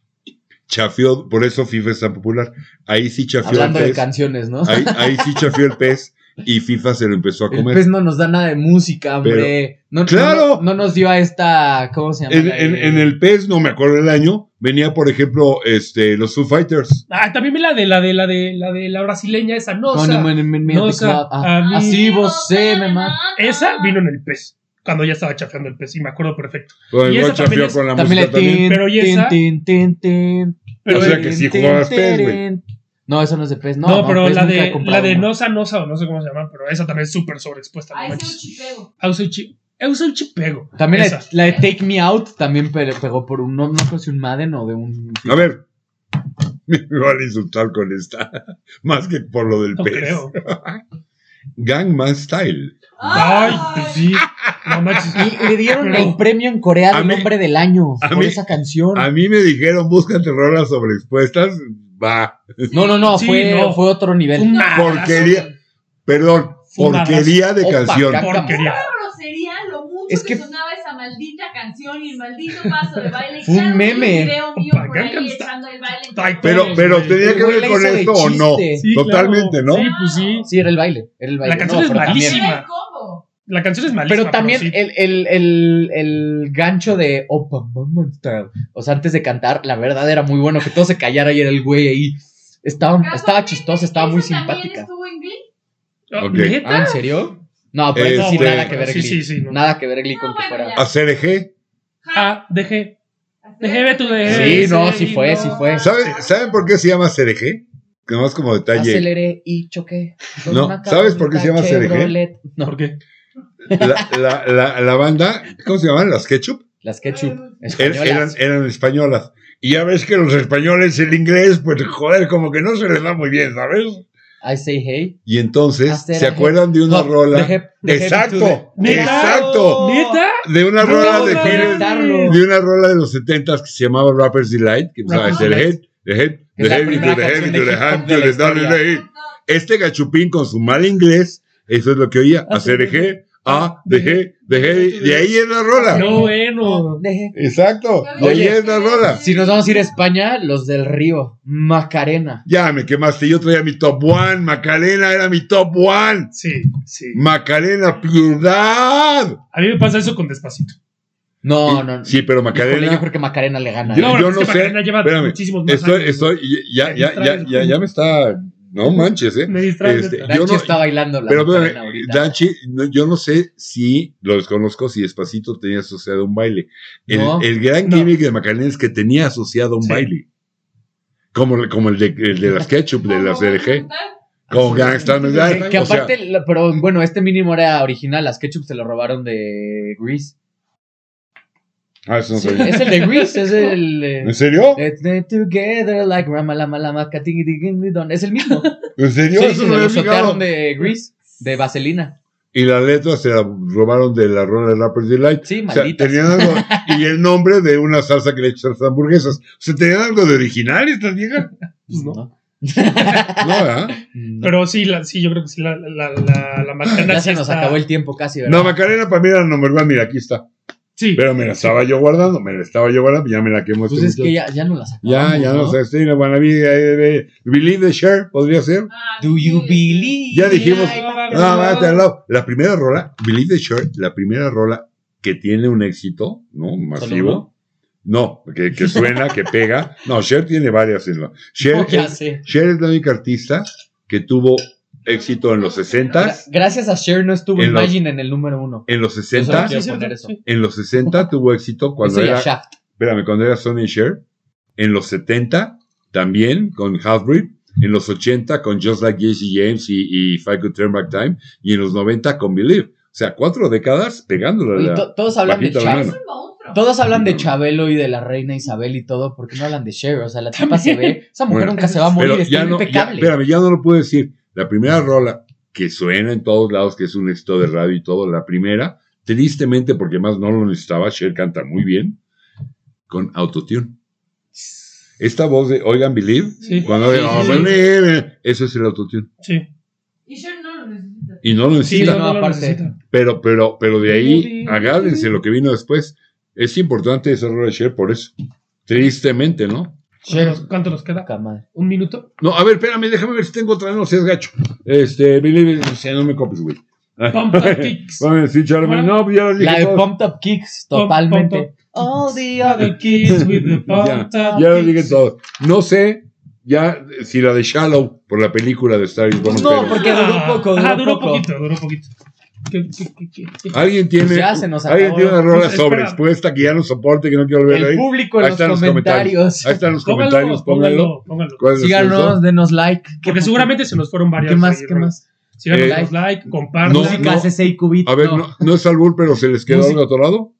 Speaker 1: chafió, por eso FIFA es tan popular. Ahí sí chafió
Speaker 3: Hablando
Speaker 1: el
Speaker 3: de
Speaker 1: pez.
Speaker 3: canciones, ¿no?
Speaker 1: Ahí, ahí sí chafió el pez y FIFA se lo empezó a
Speaker 3: El
Speaker 1: comer.
Speaker 3: pez no nos da nada de música, hombre. No- no,
Speaker 1: ¡Claro!
Speaker 3: No, no nos dio a esta. ¿Cómo se llama?
Speaker 1: En,
Speaker 3: La
Speaker 1: en-
Speaker 3: de-
Speaker 1: en el pez, no me acuerdo el año, venía, por ejemplo, este, los Foo Fighters.
Speaker 2: Ah, también vi la de la de la de la de la brasileña, esa no.
Speaker 3: Con
Speaker 2: sa-
Speaker 3: el men- men- men-
Speaker 2: no,
Speaker 3: de
Speaker 2: sa-
Speaker 3: club. Ah,
Speaker 2: a mí-
Speaker 3: así vos se me mata.
Speaker 2: Esa vino en el pez. Cuando ya estaba chafeando el pez, y me acuerdo perfecto.
Speaker 1: O
Speaker 2: Y
Speaker 1: igual
Speaker 2: esa también
Speaker 1: chafió
Speaker 2: es-
Speaker 1: con la
Speaker 3: También
Speaker 1: música
Speaker 3: la
Speaker 1: también.
Speaker 3: tin,
Speaker 2: Pero ¿y esa?
Speaker 3: tin, tin, tin, tin,
Speaker 2: Pero
Speaker 1: O sea
Speaker 2: el-
Speaker 1: que sí
Speaker 3: tin,
Speaker 1: jugabas
Speaker 3: tin,
Speaker 1: pez, güey.
Speaker 3: tin. No, eso no es de pez. No,
Speaker 2: no, pero
Speaker 3: pez
Speaker 2: la
Speaker 3: nunca he
Speaker 2: de la
Speaker 3: comprado
Speaker 2: de
Speaker 3: uno.
Speaker 2: Nosa Nosa, o no sé cómo se llama, pero esa también es súper sobreexpuesta.
Speaker 4: Ay,
Speaker 2: No
Speaker 4: ese
Speaker 2: manches.
Speaker 4: chipego.
Speaker 2: Ah, usa el chi- eh, usa el chipego.
Speaker 3: También la de-
Speaker 2: Esa.
Speaker 3: la de Take Me Out también pe- pegó por un. No, no sé si un Madden o de un.
Speaker 1: A ver, me van a insultar con esta, más que por lo del
Speaker 2: No
Speaker 1: pez.
Speaker 2: creo.
Speaker 1: Gangnam Style.
Speaker 2: Ay, pues sí. No manches.
Speaker 3: Y le dieron
Speaker 2: Pero-
Speaker 3: el premio en Corea
Speaker 1: A
Speaker 3: del
Speaker 1: mí-
Speaker 3: hombre del año
Speaker 1: a
Speaker 3: por
Speaker 1: mí-
Speaker 3: esa canción.
Speaker 1: A mí me dijeron, búscate rolas sobreexpuestas. Va,
Speaker 3: No, no, no,
Speaker 2: Sí,
Speaker 3: fue,
Speaker 2: no.
Speaker 3: fue otro nivel.
Speaker 2: Un madrazo.
Speaker 1: Porquería. perdón,
Speaker 2: Fue un
Speaker 1: porquería de
Speaker 3: Opa,
Speaker 1: canción.
Speaker 3: caca.
Speaker 2: Porquería.
Speaker 4: grosería lo mucho
Speaker 3: Es
Speaker 4: que,
Speaker 3: que-
Speaker 4: sonaba esa maldita canción y el maldito paso de baile.
Speaker 3: Fue un
Speaker 4: Claro,
Speaker 3: meme.
Speaker 4: Un video mío
Speaker 2: Opa,
Speaker 4: por
Speaker 2: ¿qué
Speaker 4: ahí
Speaker 2: alcanza?
Speaker 4: echando el baile.
Speaker 2: Ay,
Speaker 1: Pero,
Speaker 2: Pues,
Speaker 1: pero
Speaker 2: güey,
Speaker 1: tenía
Speaker 3: el
Speaker 1: que
Speaker 3: güey
Speaker 1: ver
Speaker 3: la
Speaker 1: con
Speaker 3: hizo de
Speaker 1: esto o no.
Speaker 3: chiste.
Speaker 2: Sí,
Speaker 1: Totalmente,
Speaker 2: claro.
Speaker 1: ¿no?
Speaker 2: Sí, pues sí.
Speaker 3: Sí, era el baile. Era el baile.
Speaker 2: La canción
Speaker 3: No,
Speaker 2: es
Speaker 3: pero también-
Speaker 2: malísima.
Speaker 4: Era el combo.
Speaker 2: La canción es malísima.
Speaker 3: Pero también
Speaker 2: sí.
Speaker 3: el, el, el, el gancho de Opa Mama Style. O sea, antes de cantar, la verdad era muy bueno que todo se callara y era el güey ahí. Estaba, estaba
Speaker 4: Casualmente,
Speaker 3: chistosa, estaba muy
Speaker 4: esa también
Speaker 3: simpática.
Speaker 4: estuvo en Glee.
Speaker 2: Ah,
Speaker 1: Ok.
Speaker 2: ¿neta?
Speaker 3: Ah, ¿en serio? No, pero eso sí,
Speaker 1: Este-
Speaker 3: nada que ver
Speaker 2: Sí,
Speaker 3: Glee.
Speaker 2: sí, sí, no.
Speaker 3: Nada que ver Glee con
Speaker 4: No,
Speaker 3: que
Speaker 4: bueno,
Speaker 3: fuera.
Speaker 4: ya.
Speaker 1: Hacer eje.
Speaker 4: Ja,
Speaker 2: Ah, dejé. Dejé
Speaker 4: hacer-
Speaker 2: ve tu de.
Speaker 3: Sí, no, sí fue, sí fue.
Speaker 1: ¿Sabe- ¿Saben por qué se llama hacer eje? Que más como detalle.
Speaker 3: Aceleré y choqué. con
Speaker 1: No,
Speaker 3: una
Speaker 1: ¿sabes por qué se llama
Speaker 3: camioneta
Speaker 1: CDG?
Speaker 3: Chevrolet. No,
Speaker 2: ¿Por qué?
Speaker 1: La, la- la- la banda, ¿cómo se llamaban? Las Ketchup.
Speaker 3: las ketchup
Speaker 1: Er-
Speaker 3: españolas.
Speaker 1: eran, eran españolas. Y ya ves que los españoles, el inglés, pues joder, como que no se les da muy bien, ¿sabes?
Speaker 3: I say hey.
Speaker 1: Y entonces,
Speaker 3: Hacer
Speaker 1: ¿se
Speaker 3: eje.
Speaker 1: acuerdan de una
Speaker 3: No,
Speaker 1: rola?
Speaker 3: dejé- dejé
Speaker 1: Exacto,
Speaker 3: to the-
Speaker 2: ¿Neta?
Speaker 1: exacto.
Speaker 2: ¿Neta?
Speaker 1: De una
Speaker 2: No,
Speaker 1: rola
Speaker 2: no,
Speaker 1: de
Speaker 2: no,
Speaker 1: Phil-
Speaker 3: Gritarlo.
Speaker 1: de una rola de los 70 que se llamaba Rapper's Delight, que empezaba
Speaker 2: Rapper's
Speaker 1: a decir, head, the head,
Speaker 3: Es
Speaker 1: the
Speaker 3: la
Speaker 1: head, into
Speaker 3: primera
Speaker 1: the head,
Speaker 3: canción
Speaker 1: into
Speaker 3: de
Speaker 1: the
Speaker 3: hip hop
Speaker 1: hand,
Speaker 3: de
Speaker 1: to
Speaker 3: la
Speaker 1: the down,
Speaker 3: historia.
Speaker 1: into the head. Este gachupín con su mal inglés, eso es lo que oía, hacer eje, a, de head, the head, de ahí es la rola.
Speaker 2: No, bueno.
Speaker 3: Dejé-
Speaker 1: Exacto, de ahí
Speaker 3: Oye.
Speaker 1: es la rola.
Speaker 3: Si nos vamos a ir a España, los del río. Macarena.
Speaker 1: Ya me quemaste, yo traía mi top one, Macarena era mi top one.
Speaker 2: Sí, sí.
Speaker 1: Macarena, piedad.
Speaker 2: A mí me pasa eso con despacito.
Speaker 3: No, no, no.
Speaker 1: Sí, pero
Speaker 3: Híjole, yo
Speaker 1: Macarena.
Speaker 3: creo que Macarena le gana.
Speaker 1: Yo-
Speaker 3: ¿eh?
Speaker 2: no,
Speaker 1: yo
Speaker 2: es que
Speaker 1: no sé.
Speaker 2: Macarena lleva
Speaker 1: Espérame,
Speaker 2: muchísimos más
Speaker 1: Estoy,
Speaker 2: años.
Speaker 1: estoy, y- ya, ya,
Speaker 2: Me
Speaker 1: ya,
Speaker 2: distraes,
Speaker 1: ya, ya me está. No manches, ¿eh?
Speaker 2: Me distrae.
Speaker 1: Este,
Speaker 2: neta.
Speaker 1: yo
Speaker 3: Danchi
Speaker 1: no-
Speaker 3: está bailando la
Speaker 1: Pero, eh,
Speaker 3: Macarena
Speaker 1: espérame,
Speaker 3: ahorita.
Speaker 1: Danchi, no, yo no sé si, lo desconozco, si Despacito tenía asociado un baile. El,
Speaker 3: No.
Speaker 1: el gran
Speaker 2: No.
Speaker 1: gimmick de Macarena es que tenía asociado un
Speaker 2: Sí.
Speaker 1: baile. Como, como el, de, el de las ketchup, de las E LG. Como Gangsta
Speaker 3: que, que aparte, la- pero bueno, este mínimo era original. Las ketchup se lo robaron de Grease.
Speaker 1: Ah, eso no
Speaker 3: Sí,
Speaker 1: sabía.
Speaker 3: es el de Grease, es el. eh,
Speaker 1: ¿En serio?
Speaker 3: Let's get together like rama, lama, lama, catingui, dinguingui, don. Es el mismo.
Speaker 1: ¿En
Speaker 3: Sí,
Speaker 1: serio?
Speaker 3: sí,
Speaker 1: eso
Speaker 3: se
Speaker 1: no
Speaker 3: lo
Speaker 1: había fijado.
Speaker 3: sotearon de Grease, de Vaselina.
Speaker 1: Y la letra se la robaron de la rola de Rapper's Delight.
Speaker 3: Sí,
Speaker 1: O sea,
Speaker 3: maldita.
Speaker 1: tenían algo, y el nombre de una salsa que le echas a las hamburguesas. O sea, tenían algo de original estas viejas.
Speaker 2: Pues
Speaker 3: No,
Speaker 2: no.
Speaker 1: No, ¿verdad?
Speaker 3: no.
Speaker 2: Pero sí, la, sí, yo creo que sí, la, la, la, la Macarena
Speaker 3: Ya
Speaker 2: sí
Speaker 3: se nos
Speaker 2: está-
Speaker 3: acabó el tiempo casi, ¿verdad?
Speaker 1: No, Macarena para mí era la number one. Mira, aquí está.
Speaker 2: Sí.
Speaker 1: Pero me la estaba yo guardando, me la estaba yo guardando, ya me la quemo
Speaker 3: pues
Speaker 1: este
Speaker 3: es
Speaker 1: muchacho.
Speaker 3: que ya, ya no la sacamos.
Speaker 1: Ya, ya no sé, sí, la wannabe, eh, eh, Believe the Share, podría ser.
Speaker 4: Ah,
Speaker 3: Do you believe?
Speaker 1: Ya dijimos.
Speaker 3: I-
Speaker 1: No, vete al lado. La primera rola, Believe the Share, la primera rola que tiene un éxito, ¿no? Masivo. No, que, que suena, que pega. No, Cher tiene varias. en la- Cher,
Speaker 3: Oh, Ya
Speaker 1: es-
Speaker 3: sé.
Speaker 1: Cher es la única artista que tuvo éxito en los 60
Speaker 3: Gra- Gracias a Cher no estuvo
Speaker 1: En los-
Speaker 3: Imagine en el número uno.
Speaker 1: en los
Speaker 3: Yo solo
Speaker 1: 60
Speaker 3: quiero
Speaker 2: Sí,
Speaker 3: poner
Speaker 2: sí,
Speaker 3: eso.
Speaker 2: sí.
Speaker 1: en los 60 tuvo éxito cuando
Speaker 3: Eso y a
Speaker 1: era
Speaker 3: Shaft.
Speaker 1: espérame, cuando era Sonny Cher, en los 70 también con Halfbreed, en los 80 con Just Like Jesse James y, y If I Could Turn Back Time, y en los 90 con Believe. O sea, cuatro décadas pegándole.
Speaker 3: Oye,
Speaker 1: a la-
Speaker 3: to- todos hablan de
Speaker 1: Bajito la
Speaker 3: Shaft.
Speaker 1: mano.
Speaker 4: Es un monstruo.
Speaker 3: Todos hablan de
Speaker 1: No.
Speaker 3: Chabelo y de la reina Isabel y todo, ¿por qué no hablan de Cher? O sea, la tipa se ve, esa mujer
Speaker 1: Bueno,
Speaker 3: nunca se va a morir,
Speaker 1: Pero
Speaker 3: está
Speaker 1: ya no, ya,
Speaker 3: impecable.
Speaker 1: espérame, ya no lo puedo decir. La primera rola que suena en todos lados, que es un éxito de radio y todo, la primera, tristemente, porque más no lo necesitaba, Cher canta muy bien, con autotune. Esta voz de Oigan Believe,
Speaker 2: Sí.
Speaker 1: cuando
Speaker 3: Sí,
Speaker 1: "Oh,
Speaker 3: sí, sí.
Speaker 1: believe", eso es el autotune.
Speaker 2: Sí.
Speaker 4: Y yo no lo necesito.
Speaker 1: Y pues no lo
Speaker 2: Sí,
Speaker 1: necesita.
Speaker 2: no, no
Speaker 3: aparte.
Speaker 2: lo necesita.
Speaker 1: Pero, pero, pero de ahí,
Speaker 2: Sí.
Speaker 1: agárrense lo que vino después. Es importante ese error de Cher por eso. Tristemente, ¿no?
Speaker 2: ¿Cuánto nos- ¿Cuánto nos queda?
Speaker 3: Poca madre.
Speaker 2: ¿Un minuto?
Speaker 1: No, a ver, espérame, déjame ver si tengo otra, no seas gacho. Este, Billy, o sea, no me copies, güey.
Speaker 2: Pump up kicks.
Speaker 1: Vamos a decir, Charme, no, ya lo dije
Speaker 3: La de
Speaker 1: todo.
Speaker 3: Pumped Up Kicks, totalmente. All the other-
Speaker 2: The kids with the
Speaker 1: Ya,
Speaker 2: pumped up
Speaker 1: Ya lo dije
Speaker 2: kicks.
Speaker 1: todo. No sé ya si la de Shallow por la película de Star Wars.
Speaker 3: No, porque duró
Speaker 2: Ah,
Speaker 3: poco, duró
Speaker 2: ajá, duró
Speaker 3: poco.
Speaker 2: poquito, duró poquito. ¿Qué- qué- qué- qué- qué?
Speaker 1: Alguien tiene,
Speaker 3: Pues ya se nos
Speaker 1: alguien
Speaker 3: acabó.
Speaker 1: tiene una rola
Speaker 2: Pues, espera.
Speaker 1: sobreexpuesta que ya no soporte, que no quiero volver a
Speaker 3: El
Speaker 1: oír.
Speaker 3: público en
Speaker 1: Ahí
Speaker 3: los
Speaker 1: están los
Speaker 3: comentarios.
Speaker 1: Ahí están los
Speaker 2: Pónganlo,
Speaker 1: comentarios, pónganlo.
Speaker 2: pónganlo, pónganlo.
Speaker 1: ¿Cuál es el
Speaker 3: Síganos, denos like.
Speaker 2: Porque seguramente se nos fueron varias.
Speaker 3: ¿Qué más?
Speaker 2: ahí,
Speaker 3: ¿Qué
Speaker 2: ¿no?
Speaker 3: más?
Speaker 2: Síganos,
Speaker 1: Eh,
Speaker 2: like, like, compartan.
Speaker 1: no,
Speaker 3: Música CCI Cubit.
Speaker 1: A ver, no, no es Albur, pero se les quedó
Speaker 2: Música.
Speaker 1: algo atorado.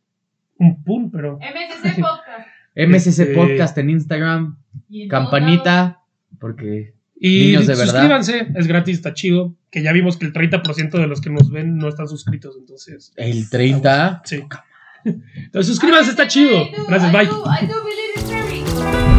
Speaker 2: Un pum, pero.
Speaker 4: MSC Podcast.
Speaker 3: MSC
Speaker 2: Este-
Speaker 3: Podcast en Instagram.
Speaker 4: Y en todos lados.
Speaker 3: Campanita. Porque
Speaker 2: Y
Speaker 3: Niños de verdad.
Speaker 2: suscríbanse, es gratis, está chido. Que ya vimos que el 30% de los que nos ven no están suscritos, entonces.
Speaker 3: el 30.
Speaker 2: Sí. Entonces suscríbanse, está chido.
Speaker 4: I do,
Speaker 2: Gracias,
Speaker 4: I
Speaker 2: bye.
Speaker 4: do, I do believe it's very.